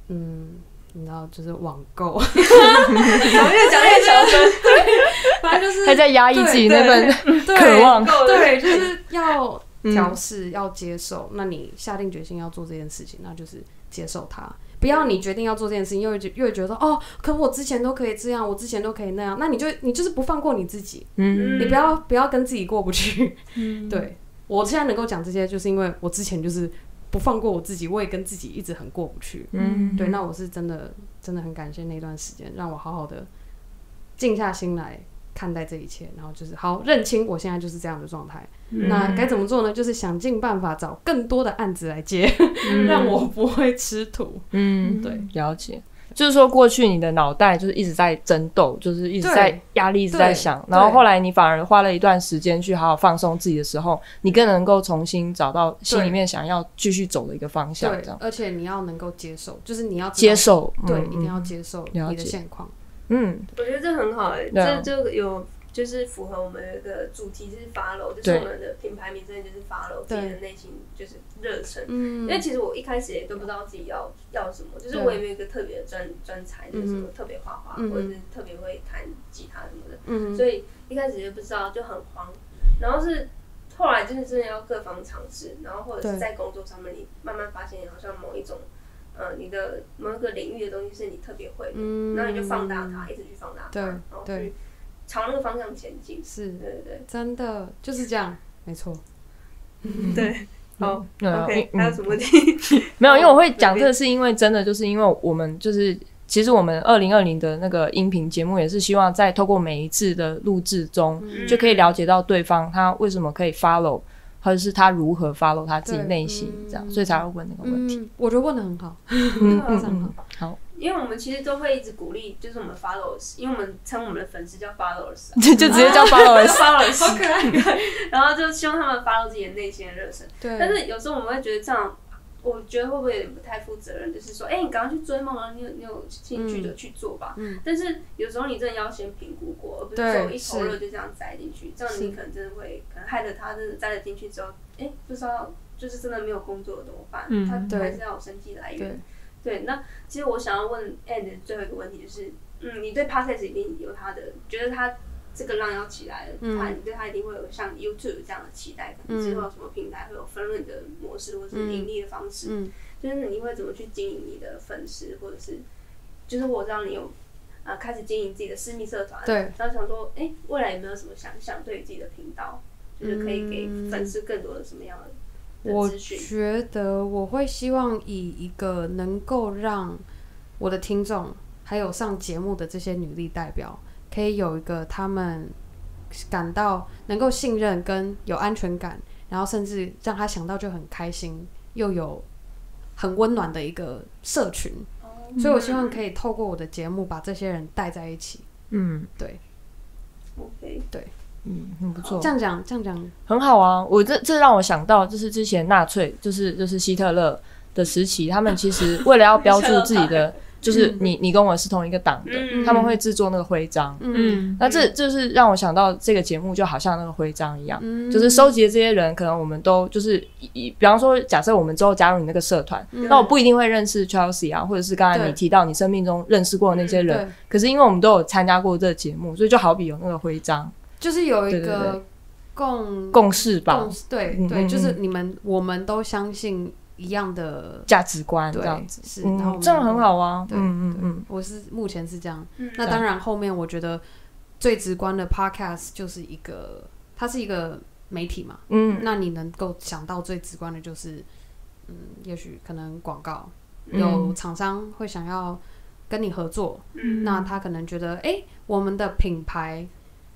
C: 嗯，你知道，就是网购，
B: 越讲越小声，
C: 反正就是
D: 还在压抑自己那份
C: 对
D: 渴望。
C: 对，就是要
E: 嗯
C: 调试，要接受。那你下定决心要做这件事情，那就是接受它。不要你决定要做这件事情，又会觉又会觉得哦，可我之前都可以这样，我之前都可以那样，那你就你就是不放过你自己，
D: 嗯，
C: 你不要不要跟自己过不去。对我现在能够讲这些，就是因为我之前就是不放过我自己，我也跟自己一直很过不去。
D: 嗯
C: 对，那我是真的真的很感谢那段时间，让我好好的静下心来看待这一切，然后就是好认清我现在就是这样的状态。
B: 嗯
C: 那该怎么做呢？就是想尽办法找更多的案子来接，让我不会吃土。
D: 嗯，
C: 对，
D: 了解。就是说，过去你的脑袋就是一直在争斗，就是一直在
C: 对
D: 压力，一直在想。然后后来你反而花了一段时间去好好放松自己的时候，你更能够重新找到心里面想要继续走的一个方向，
C: 对
D: 这样，
C: 而且你要能够接受，就是你要知道
D: 接，受，
C: 对，
D: 嗯
C: 一定要接受
D: 了
C: 你的
D: 解
C: 现况。
D: 嗯
B: 我觉得这很好哎、
D: 对啊
B: 这就有就是符合我们有一个主题就是 follow，就是
D: 对
B: 我们的品牌名称就是 follow 自
C: 对
B: 己的内心就是热忱。因
C: 嗯
B: 为其实我一开始也都不知道自己要要什么，就是
C: 对
B: 我也没有一个特别的专专才，就是什么
C: 嗯
B: 特别画画、
C: 嗯
B: 或者是特别会弹吉他什么的，
C: 嗯
B: 所以一开始就不知道，就很慌。然后是后来就是真的要各方尝试，然后或者是
C: 对
B: 在工作上面，你慢慢发现你好像某一种，呃，你的某一个领域的东西是你特别会的，
C: 嗯
B: 然后你就放大它，一直去放大它，
C: 对
B: 然后去
C: 对
B: 朝那个方向前进。
C: 是
B: 对对对，
C: 真的就是这样，没错。
B: 好
D: 对啊
B: ，OK，
D: 嗯
B: 还有什么问题？
D: 没有，因为我会
B: 哦
D: 讲
B: 对
D: 这个，是因为真的就是因为我们就是，其实我们二零二零的那个音频节目也是希望在透过每一次的录制中，
C: 嗯
D: 就可以了解到对方他为什么可以 follow，或者是他如何 follow 他自己
C: 对
D: 内心这样，
C: 嗯
D: 所以才会问那个问题。
C: 嗯，我觉得问的很好，
D: 嗯
B: 嗯
D: 嗯
C: 非常
D: 嗯
C: 好，
D: 好，
B: 因为我们其实都会一直鼓励，就是我们 followers，因为我们称我们的粉丝叫 followers，啊
C: 嗯
D: 就就直接 叫 followers。
B: followers，好可爱。然后就希望他们 follow 自己的内心的热忱。
C: 对，
B: 但是有时候我们会觉得这样，我觉得会不会有点不太负责任？就是说，哎、你赶快去追梦啊，你有你有兴趣的去做吧。
C: 嗯
B: 但是有时候你真的要先评估过，而不是
C: 对
B: 说一头
C: 是
B: 热就这样栽进去，这样你
C: 是
B: 可能真的会可能害得他真的栽了进去之后，哎、不知道就是真的没有工作了怎么办？
E: 嗯
B: 他
C: 对
B: 还是要有生计来源
C: 对。
B: 对，那其实我想要问 And 最后一个问题就是，嗯，你对 Podcast 一定有他的，觉得他这个浪要起来了，
C: 嗯
B: 他你对他一定会有像 YouTube 这样的期待，可能之后有什么平台会有分润的模式或者是盈利的方式，
C: 嗯
B: 就是你会怎么去经营你的粉丝，或者是就是我知道你有啊、呃开始经营自己的私密社团，
C: 对，
B: 然后想说，哎、未来有没有什么想象对于自己的频道，就是可以给粉丝更多的什么样的
C: 我
B: 的资讯？
C: 觉得我会希望以一个能够让我的听众，还有上节目的这些女力代表，可以有一个他们感到能够信任跟有安全感，然后甚至让他想到就很开心，又有很温暖的一个社群。
B: 哦
C: 所以我希望可以透过我的节目把这些人带在一起。
D: 嗯
C: 对，
B: ，OK，
D: 嗯，很不错
C: 这，样讲，这样讲，
D: 很好啊。我这这让我想到，就是之前纳粹，就是就是希特勒的时期，他们其实为了要标注自 己
C: 嗯
D: 的，就是你你跟我是同一个党的，
B: 嗯
D: 他们会制作那个徽章。
C: 嗯
D: 那这就是让我想到这个节目就好像那个徽章一样，
C: 嗯
D: 就是收集的这些人，可能我们都就是以以比方说，假设我们之后加入你那个社团，
C: 嗯
D: 那我不一定会认识 Chelsea 啊，或者是刚才
C: 对嗯
D: 你提到你生命中认识过的那些人，
C: 对，
D: 可是因为我们都有参加过这个节目，所以就好比有那个徽章
C: 就是有一
D: 对对
C: 个共
D: 共识吧
C: 嗯共，识对
D: 嗯
C: 对，
D: 嗯
C: 就是
D: 嗯
C: 你们我们都相信一样的，
D: 价值观这样
C: 对，
D: 子，
C: 是，然后我
D: 嗯，
C: 们
D: 这样很。好啊，
C: 对
D: 嗯嗯嗯，
C: 我是目前是这样，
B: 嗯
C: 那当然后面我觉得最直观的 podcast 就是一个，它是一个媒体嘛，
D: 嗯，
C: 那你能够想到最直观的就是，嗯，也许可能广告
B: 嗯
C: 有厂商会想要跟你合作，
B: 嗯
C: 那他可能觉得，哎、我们的品牌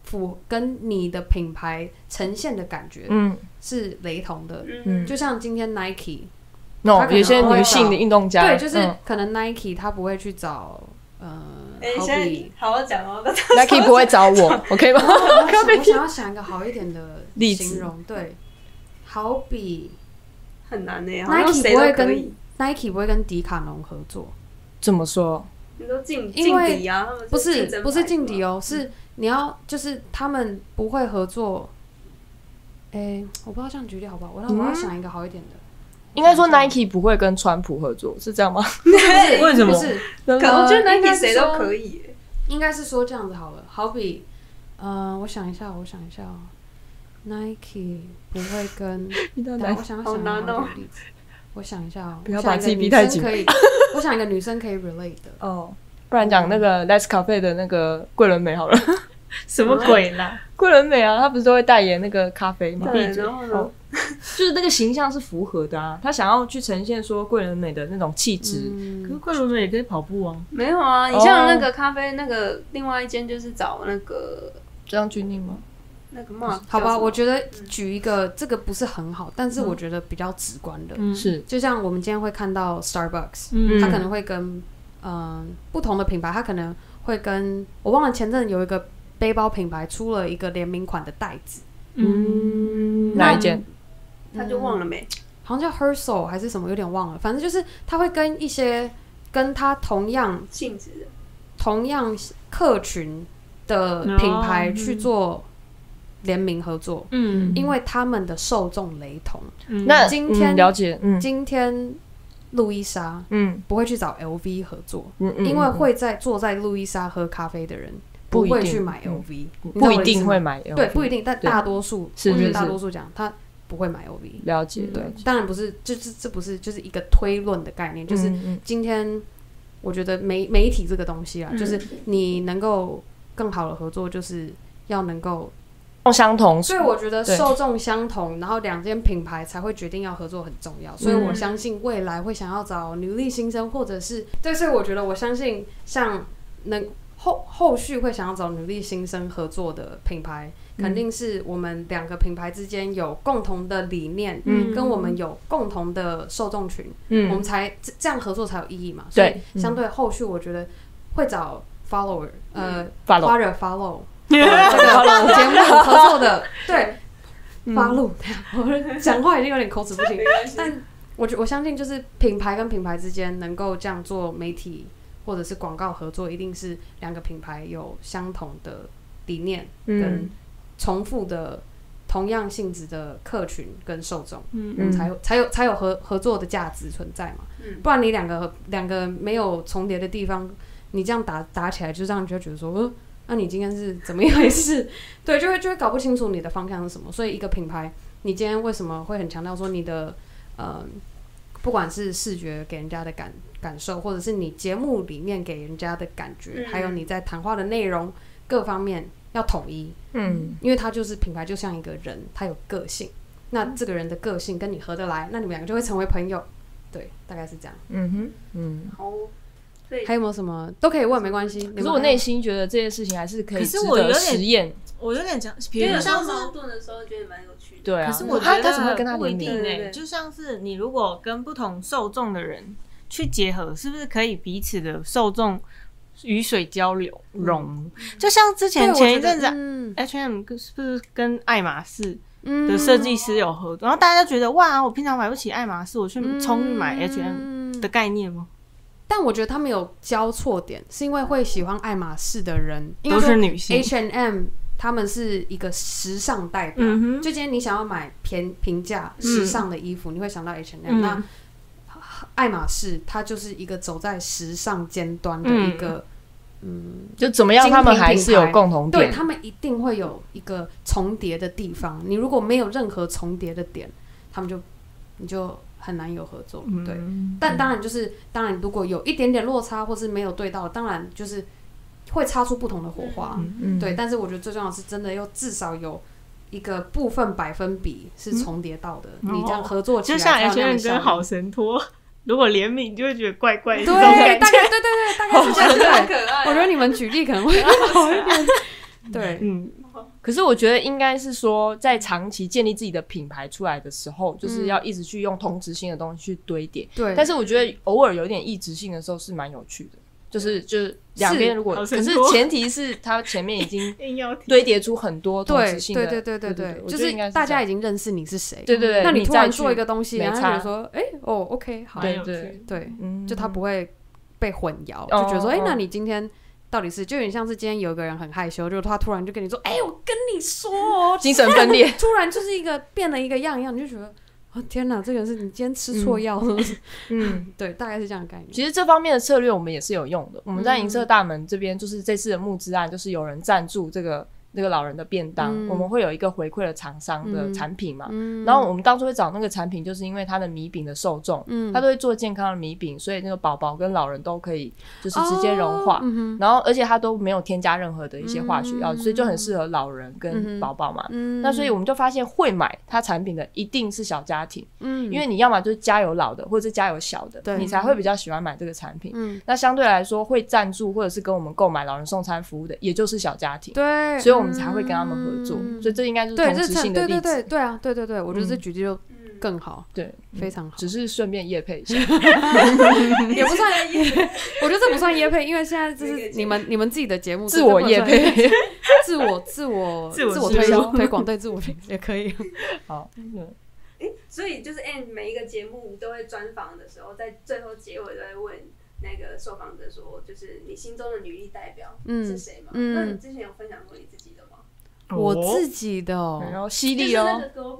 C: 符跟你的品牌呈现的感觉
D: 嗯
C: 是雷同的，
B: 嗯
C: 就像今天 Nike，他可
D: 那
C: 能
D: 有些女性
C: 会
D: 的
C: 找
D: 运动家，
C: 对，就是
D: 嗯
C: 可能 Nike 他不会去找，呃，
B: 哎，
C: 好
B: 现在
C: 比
B: 好好讲哦，
D: Nike 不会找 我，OK 吗？
C: 我想我想要想一个好一点的
D: 例子
C: 形容，对，好比
B: 很难呢、好像
C: Nike
B: 谁
C: 不
B: 都
C: 会
B: 可以
C: 跟 Nike 不会跟迪卡侬合作，
D: 怎么说？
B: 你都劲
C: 因
B: 劲
C: 为
B: 敌啊，他们
C: 不是
B: 竞争
C: 不是
B: 牌
C: 劲敌
B: 嘛，
C: 哦，是你要就是他们不会合作。哎、我不知道这样举例好不好？我让我要想一个好一点的。
D: 应该说 Nike 不会跟川普合作，是这样吗？
B: 对啊
E: 为什么
C: 不是，
B: 可能我觉得
C: 呃应该
B: Nike
C: 是
B: 谁都
C: 说
B: 可以耶，
C: 应该是说这样子好了。好比，呃，我想一下，我想一下、哦、，Nike 不会 跟，
D: 你到
C: 等
D: 哪
C: 下
D: 里
C: 我想要
B: 好
C: 想一个
B: 难哦
C: 好的例子我想一下、哦，
D: 不要
C: 我想
D: 把
C: 一个
D: 自己逼
C: 女
D: 太
C: 生
D: 紧
C: 可以，我想一个女生可以 relate 的，
D: 哦，不然讲那个 Let's Cafe 的那个桂纶镁好了，
E: 什么鬼啦？
D: 桂纶镁啊，她不是都会代言那个咖啡吗？
B: 对，然后呢
D: 好？就是那个形象是符合的啊，她想要去呈现说桂纶镁的那种气质。
E: 可是
C: 嗯，
E: 桂纶镁也可以跑步啊，
B: 没有啊，你
D: 哦
B: 像那个咖啡那个另外一间就是找那个
D: 张钧甯吗？
B: 那个 Mark，
C: 嗯好吧，我
B: 叫
C: 觉得举一个这个不是很好，但是我
D: 嗯
C: 觉得比较直观的，
E: 嗯，
D: 是，
C: 就像我们今天会看到 Starbucks，
E: 嗯，
C: 它可能会跟嗯、呃不同的品牌，它可能会跟我忘了前阵有一个背包品牌出了一个联名款的袋子，
E: 嗯
D: 哪一间？
B: 什么，他就忘了没？
C: 好像叫 Herso 还是什么，有点忘了。反正就是它会跟一些跟它同样
B: 性质的
C: 同样客群的
E: 哦
C: 品牌
E: 嗯
C: 去做联名合作，
E: 嗯
C: 因为他们的受众雷同。
E: 嗯
D: 那
C: 今天
D: 嗯了解，嗯
C: 今天路易莎
D: 嗯
C: 不会去找 LV 合作，
D: 嗯嗯，
C: 因为
D: 嗯
C: 会在坐在路易莎喝咖啡的人
D: 不一定
C: 会去买 LV，
D: 嗯
C: 你知道
D: 不
C: 我
D: 一
C: 的意思
D: 定
C: 吗
D: 会买 LV，
C: 对，不一定，但
D: 对
C: 大多数，
D: 是
C: 我觉
D: 是
C: 得大
D: 是
C: 多数讲他不会买 LV。
D: 了解，
E: 嗯
D: 对，
C: 对，当然不是，就是这不是就是一个推论的概念，就是
D: 嗯嗯
C: 今天我觉得媒媒体这个东西啊，
E: 嗯
C: 就是你能够更好的合作，就是要能够，
D: 用嗯相同，
C: 哦所以我觉得
D: 对
C: 受众相同，然后两间品牌才会决定要合作很重要。所以我相信未来会想要找女力新生，或者是对，所以我觉得我相信像能后后续会想要找女力新生合作的品牌，肯定是我们两个品牌之间有共同的理念，
E: 嗯
C: 跟我们有共同的受众群。
D: 嗯
C: 我们才这这样合作才有意义嘛。所
D: 对嗯
C: 以相对后续，我觉得会找 follower，呃，
D: 发了，
C: 花惹 follow
E: 嗯
C: 这 个节目合作的，对，follow，我讲话已经有点口齿不清，但我觉我相信就是品牌跟品牌之间能够这样做媒体或者是广告合作，一定是两个品牌有相同的理念跟
D: 嗯
C: 重复的。同样性质的客群跟受众，
E: 嗯
D: 嗯
C: 才有才有才有合合作的价值存在嘛。
B: 嗯
C: 不然你两个两个没有重叠的地方，你这样打打起来，就让人就觉得说，呃，那、你今天是怎么一回事？对，就会就会搞不清楚你的方向是什么。所以一个品牌，你今天为什么会很强调说你的呃，不管是视觉给人家的感感受，或者是你节目里面给人家的感觉，
B: 嗯
C: 还有你在谈话的内容各方面要统一。
D: 嗯
C: 因为他就是品牌，就像一个人，他有个性。那这个人的个性跟你合得来，那你们两个就会成为朋友。对，大概是这样。
D: 嗯哼嗯。
B: 好哦，所以
C: 还有没有什么都可以问，没关系。
D: 可
C: 你
D: 是
C: 们
D: 我内心觉得这件事情还是可以
E: 可
D: 值
E: 是我有
D: 得
E: 点
D: 实验，
E: 我有点讲，比
B: 因为
E: 如
B: 有时候
E: 像是
B: 矛盾的时候觉得蛮有趣的。
D: 对啊。
E: 可是我觉
D: 他
E: 得
D: 他怎么会跟他
E: 不一
D: 联名？
E: 定
B: 对对对
E: 哎、就像是你如果跟不同受众的人去结合，是不是可以彼此的受众雨水交流融？就像之
C: 嗯对
E: 前
C: 我觉得
E: 前一阵子
C: 嗯
E: H&M 跟是不是跟爱马仕
C: 嗯
E: 的设计师有合作，然后大家觉得哇，我平常买不起爱马仕，我去冲去买 H&M
C: 嗯
E: 的概念吗？
C: 但我觉得他们有交错点，是因为会喜欢爱马仕的人，应该
E: 都
C: 说
E: 是女性，
C: H and M 他们是一个时尚代表。
E: 嗯哼
C: 就今天你想要买平平价时尚的衣服，你会想到 H and M。
E: 嗯
C: 那爱马仕它就是一个走在时尚尖端的一个，嗯，
D: 就怎么样，他们还是有共同
C: 对
D: 点。
C: 他们一定会有一个重叠的地方。你如果没有任何重叠的点，他们就你就很难有合作。
E: 嗯
C: 对，但当然就是当然，如果有一点点落差或是没有对到，当然就是会擦出不同的火花。
D: 嗯，
C: 对，但是我觉得最重要的是，真的要至少有一个部分百分比是重叠到的，
E: 嗯
C: 你这样合作起
E: 就
C: 来
E: 像
C: 才有那样
E: H&M
C: 的效
E: 跟
C: 益
E: 好神托，如果联名，就会觉得怪怪的
C: 对，
E: 这种感
C: 大
E: 觉。
C: 概对对对，大概是这样。
B: 很
C: 对，
B: 可爱啊。
C: 我觉得你们举例可能会好一点。对，
E: 嗯，
D: 可是我觉得应该是说，在长期建立自己的品牌出来的时候，就是要一直去用同质性的东西去堆叠。
C: 嗯对，
D: 但
C: 是
D: 是我觉得偶尔有点异质性的时候是蛮有趣的，就是就是两边如果，
E: 好
D: 可
E: 神
D: 是
E: 托
D: 前提是它前面已经
E: 硬要提
D: 堆叠出很多同
C: 对
D: 质性的，
C: 对对对对
D: 对
C: 对，
D: 我
C: 就
D: 觉得应该
C: 是
D: 是
C: 大
D: 这
C: 家
D: 样
C: 已经认识你是谁，
D: 对对对，
C: 那
D: 你
C: 你突
D: 再
C: 然
D: 去
C: 做一个东西，
D: 没
C: 然后
D: 差
C: 他觉得说，哎，哦，OK，好
D: 对
E: 对，有趣
C: 对，
D: 嗯
C: 就他不会被混淆，就觉得说，
D: 哦
C: 哎、
D: 哦
C: 那你今天到底是就有点像是今天有一个人很害羞，就他突然就跟你说，哎、我跟你说哦，，
D: 精神分裂
C: 突然就是一个变了一个样样，你就觉得。哦天哪，这个人是你今天吃错药了，
D: 嗯，
C: 对，大概是这样的概念。
D: 其实这方面的策略我们也是有用的。我们在银
C: 嗯
D: 色大门这边，就是这次的募资案，就是有人赞助这个那个老人的便当，
C: 嗯
D: 我们会有一个回馈的厂商的
C: 嗯
D: 产品嘛。
C: 嗯
D: 然后我们当初会找那个产品，就是因为它的米饼的受众，
C: 嗯
D: 它都会做健康的米饼，所以那个宝宝跟老人都可以就是直接融化。
C: 哦嗯哼
D: 然后，而且它都没有添加任何的一些化学药，
C: 嗯
D: 所以就很适合老人
C: 嗯
D: 跟
C: 哼
D: 宝宝嘛。
C: 嗯
D: 那所以我们就发现，会买它产品的一定是小家庭，
C: 嗯，
D: 因为你要么就是家有老的，或者是家有小的，
C: 对
D: 你才会比较喜欢买这个产品。
C: 嗯
D: 那相对来说，会赞助或者是跟我们购买老人送餐服务的，也就是小家庭，
C: 对，
D: 所以我们才会跟他们合作。
C: 嗯
D: 所以这应该就是
C: 对
D: 同
C: 这
D: 质性
C: 是
D: 的
C: 对对
D: 例子。
C: 对对啊，对对对，我觉得这
D: 嗯
C: 举例就
B: 嗯，
C: 更好，
D: 对
C: 非常好。
D: 只是顺便夜配一下，
C: 也不算， 我觉得这不算业配，因为现在
B: 这
C: 就是
B: 个
C: 你们你们自己的节目，
D: 自我夜
C: 业，
D: 配。
C: 自我自我
E: 自我
C: 自我
E: 植入
C: 推销推广，对自我也可以。
D: 好，嗯
B: 所以就是 and 每一个节目都会专访的时候，在最后结尾都会问那个受访者说，就是你心中的女力代表是
C: 嗯，
B: 谁嘛？
C: 嗯
B: 那你之前有分享过你自己的吗？
E: 哦
C: 我自己的哦，
D: 然后犀
B: 就是
D: 利
B: 那
D: 哦，
B: 个 girl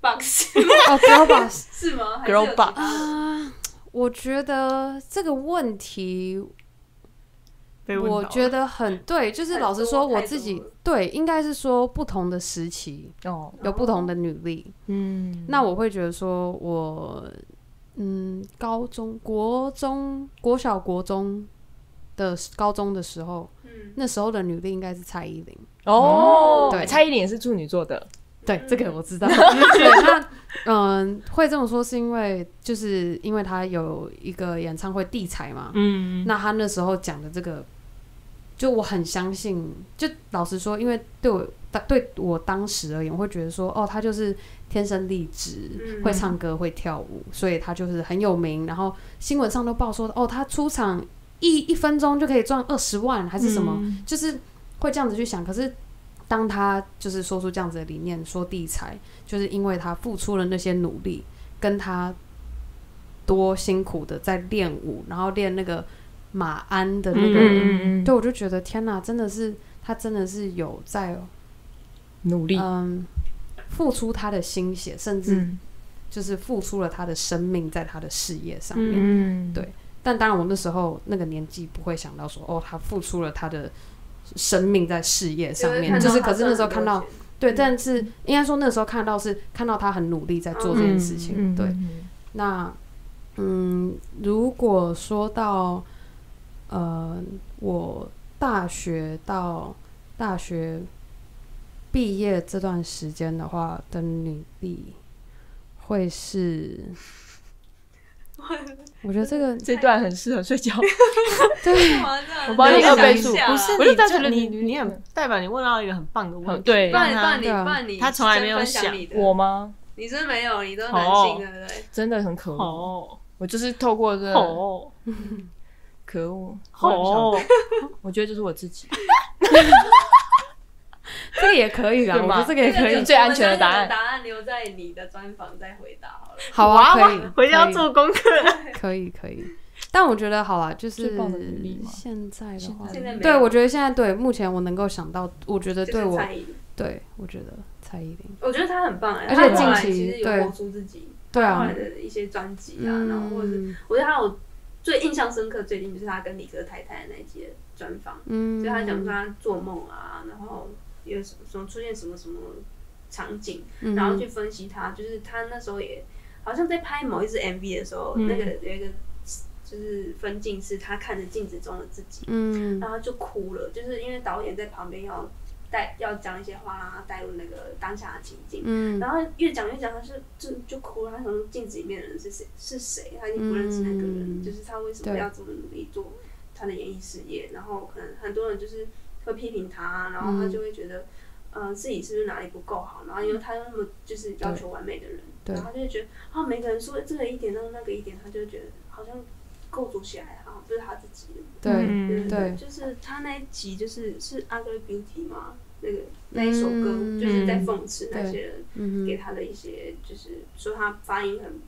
B: box
C: 哦 g i r b o s
B: 是吗还是有
D: Girl
B: 其他
D: box
B: 的
C: 啊， 我觉得这个问题
E: 被问到
C: 我
E: 了
C: 觉得很对，就是
B: 太
C: 老实
B: 多
C: 说，我
B: 太
C: 自己
B: 多了
C: 对应该是说不同的时期
D: 哦，
C: 有不同的履历。
D: 嗯，
C: 那我会觉得说我，嗯，高中、国中、国小、国中的高中的时候，
B: 嗯，
C: 那时候的女力应该是蔡依林。
D: 哦，
C: 对
D: 蔡依林也是处女座的，
C: 对，这个我知道。 对，那嗯，会这么说是因为，就是因为她有一个演唱会地才嘛。
E: 嗯，
C: 那她那时候讲的这个，就我很相信。就老实说，因为对我对我当时而言，我会觉得说，哦，她就是天生丽质，
B: 嗯
C: 会唱歌会跳舞，所以他就是很有名。然后新闻上都报说，哦，他出场一一分钟就可以赚二十万，还是什么，
E: 嗯
C: 就是会这样子去想。可是当他就是说出这样子的理念，说地财，就是因为他付出了那些努力，跟他多辛苦的在练舞，然后练那个马鞍的那个，
E: 嗯嗯嗯
C: 对我就觉得天哪，真的是他真的是有在
D: 努力，
C: 嗯付出他的心血，甚至
D: 嗯
C: 就是付出了他的生命在他的事业上面。
D: 嗯，
C: 对但当然，我那时候那个年纪不会想到说，哦，他付出了他的生命在事业上面，就是可是那时候看到，对，
D: 嗯
C: 但是应该说那时候看到是看到他很努力在做这件事情。
D: 嗯
C: 对，，那嗯，如果说到呃，我大学到大学毕业这段时间的话的女力，会是， 我觉得这个
D: 这段很适合睡觉，
C: 对
D: 我
C: 哦
D: 帮你二倍
E: 数
B: 不
E: 不是
D: 我就
E: 你
D: 单纯
E: 这
D: 的
E: 你你很代表你问到一个很棒的问
D: 很
E: 题，
D: 对
B: 帮你
E: 让
B: 帮你
C: 对啊
B: 帮你，
E: 他从来没有
B: 分享
E: 想
B: 你的，
D: 我吗？
B: 你是没有，你都是男性的，对不对？
D: 真的很可恶，
E: 哦
D: 我就是透过这个
E: 哦
D: 可恶，
E: 哦，
D: 我觉得就是我自己，
C: 这个也可以啦，
D: 对
C: 我
D: 吗
C: 觉得这个也可
B: 这个
C: 以
B: 就。
D: 最安全的答案
B: 我们将这个答案留在你的专访再回答好了。
C: 好啊，可以，
E: 回
C: 可
E: 家要
C: 以
E: 做功课，
C: 可以可以。但我觉得好啦，就是
D: 最棒的女力嘛
C: 现在的话，
B: 现在没有
C: 对我觉得现在对目前我能够想到，我觉得
B: 就
C: 对
B: 是
C: 我
B: 蔡依林，
C: 对我觉得蔡依林，
B: 我觉得他很棒哎，
C: 而且
B: 他后来
C: 近期
B: 其实
C: 对
B: 有活出自己，
C: 对
B: 他
C: 啊
B: 后来的一些专辑啊，
C: 嗯，
B: 然后或者是我觉得他有最印象深刻，最近就是他跟李哥太太那一集的专访，
C: 嗯，
B: 就他讲说他做梦啊，然后有什么什么出现什么什么场景，
C: 嗯，
B: 然后去分析他，就是他那时候也好像在拍某一支 MV 的时候，
D: 嗯
B: 那个有一个就是分镜是他看着镜子中的自己，
C: 嗯
B: 然后就哭了，就是因为导演在旁边要带要讲一些话，让他带入那个当下的情境。
C: 嗯
B: 然后越讲越讲，他就就就哭了。他想说镜子里面的人是谁？是谁？他已经不认识那个人，
C: 嗯
B: 就是他为什么
C: 对
B: 要这么努力做他的演艺事业？然后可能很多人就是会批评他，然后他
C: 嗯
B: 就会觉得，嗯、自己是不是哪里不够好？然后因为他又那么就是要求完美的人，
C: 对
B: 然后他就会觉得啊，每个人说这个一点，那那个一点，他就会觉得好像构筑起来好像不是他自己的。
C: 对
E: 嗯
C: 对
B: 就是他那一集就是是《Ugly Beauty》吗？那个那一首歌、就是在讽刺那些人。
C: 嗯
B: 给
C: 哼
B: 他的一些，就是说他发音很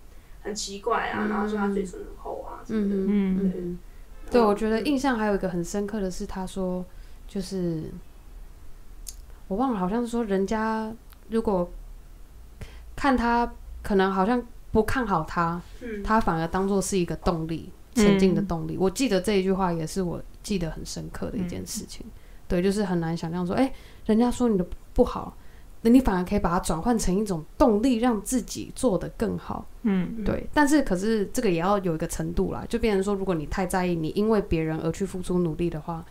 B: 很奇怪啊，然后说他嘴唇很厚啊什么的，
C: 嗯
E: 嗯
C: 嗯对，我觉得印象还有一个很深刻的是，他说就是我忘了，好像是说人家如果看他可能好像不看好他，
B: 嗯，
C: 他反而当做是一个动力，
E: 嗯
C: 前进的动力。我记得这一句话也是我记得很深刻的一件事情。
E: 嗯
C: 对，就是很难想象说，哎、人家说你的不好，那你反而可以把它转换成一种动力，让自己做得更好。
E: 嗯
C: 对，但是可是这个也要有一个程度啦，就变成说，如果你太在意你因为别人而去付出努力的话，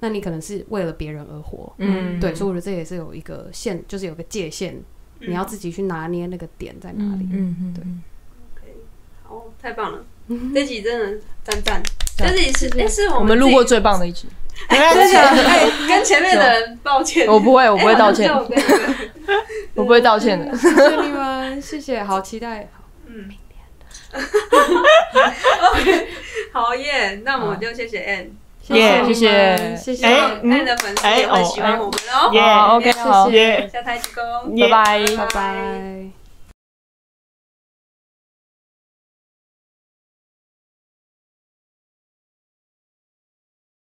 C: 那你可能是为了别人而活。
E: 嗯，
C: 对，所以我觉得这也是有一个限，就是有个界限，你要自己去拿捏那个点在哪里。
E: 嗯嗯
C: 对
E: 嗯
B: 哦，太棒了，这集真的赞赞。但是也是，哎，是
D: 我
B: 我
D: 们
B: 自
D: 录
B: 己
D: 过最棒的一集，
E: 嗯
B: 真 的，哎，跟前面的人抱歉，
D: 我不会，我不会道 歉
B: 哎，好像是我跟你们
D: 我不会道歉的。
C: 谢谢你们，谢谢，好期待。
B: 嗯。OK，好 耶！那我们就谢谢 Ann，
C: 谢谢
D: Yeah，
C: 你们
D: 谢
C: 谢
B: 希
C: 谢
E: 哎。
B: 望 Ann 的粉丝也会喜欢我们哦。
E: 耶
D: 好，OK，
E: 哎
C: 谢谢
D: 好，
E: 耶
B: 哦下台鞠躬。
D: 拜拜。
C: 拜拜。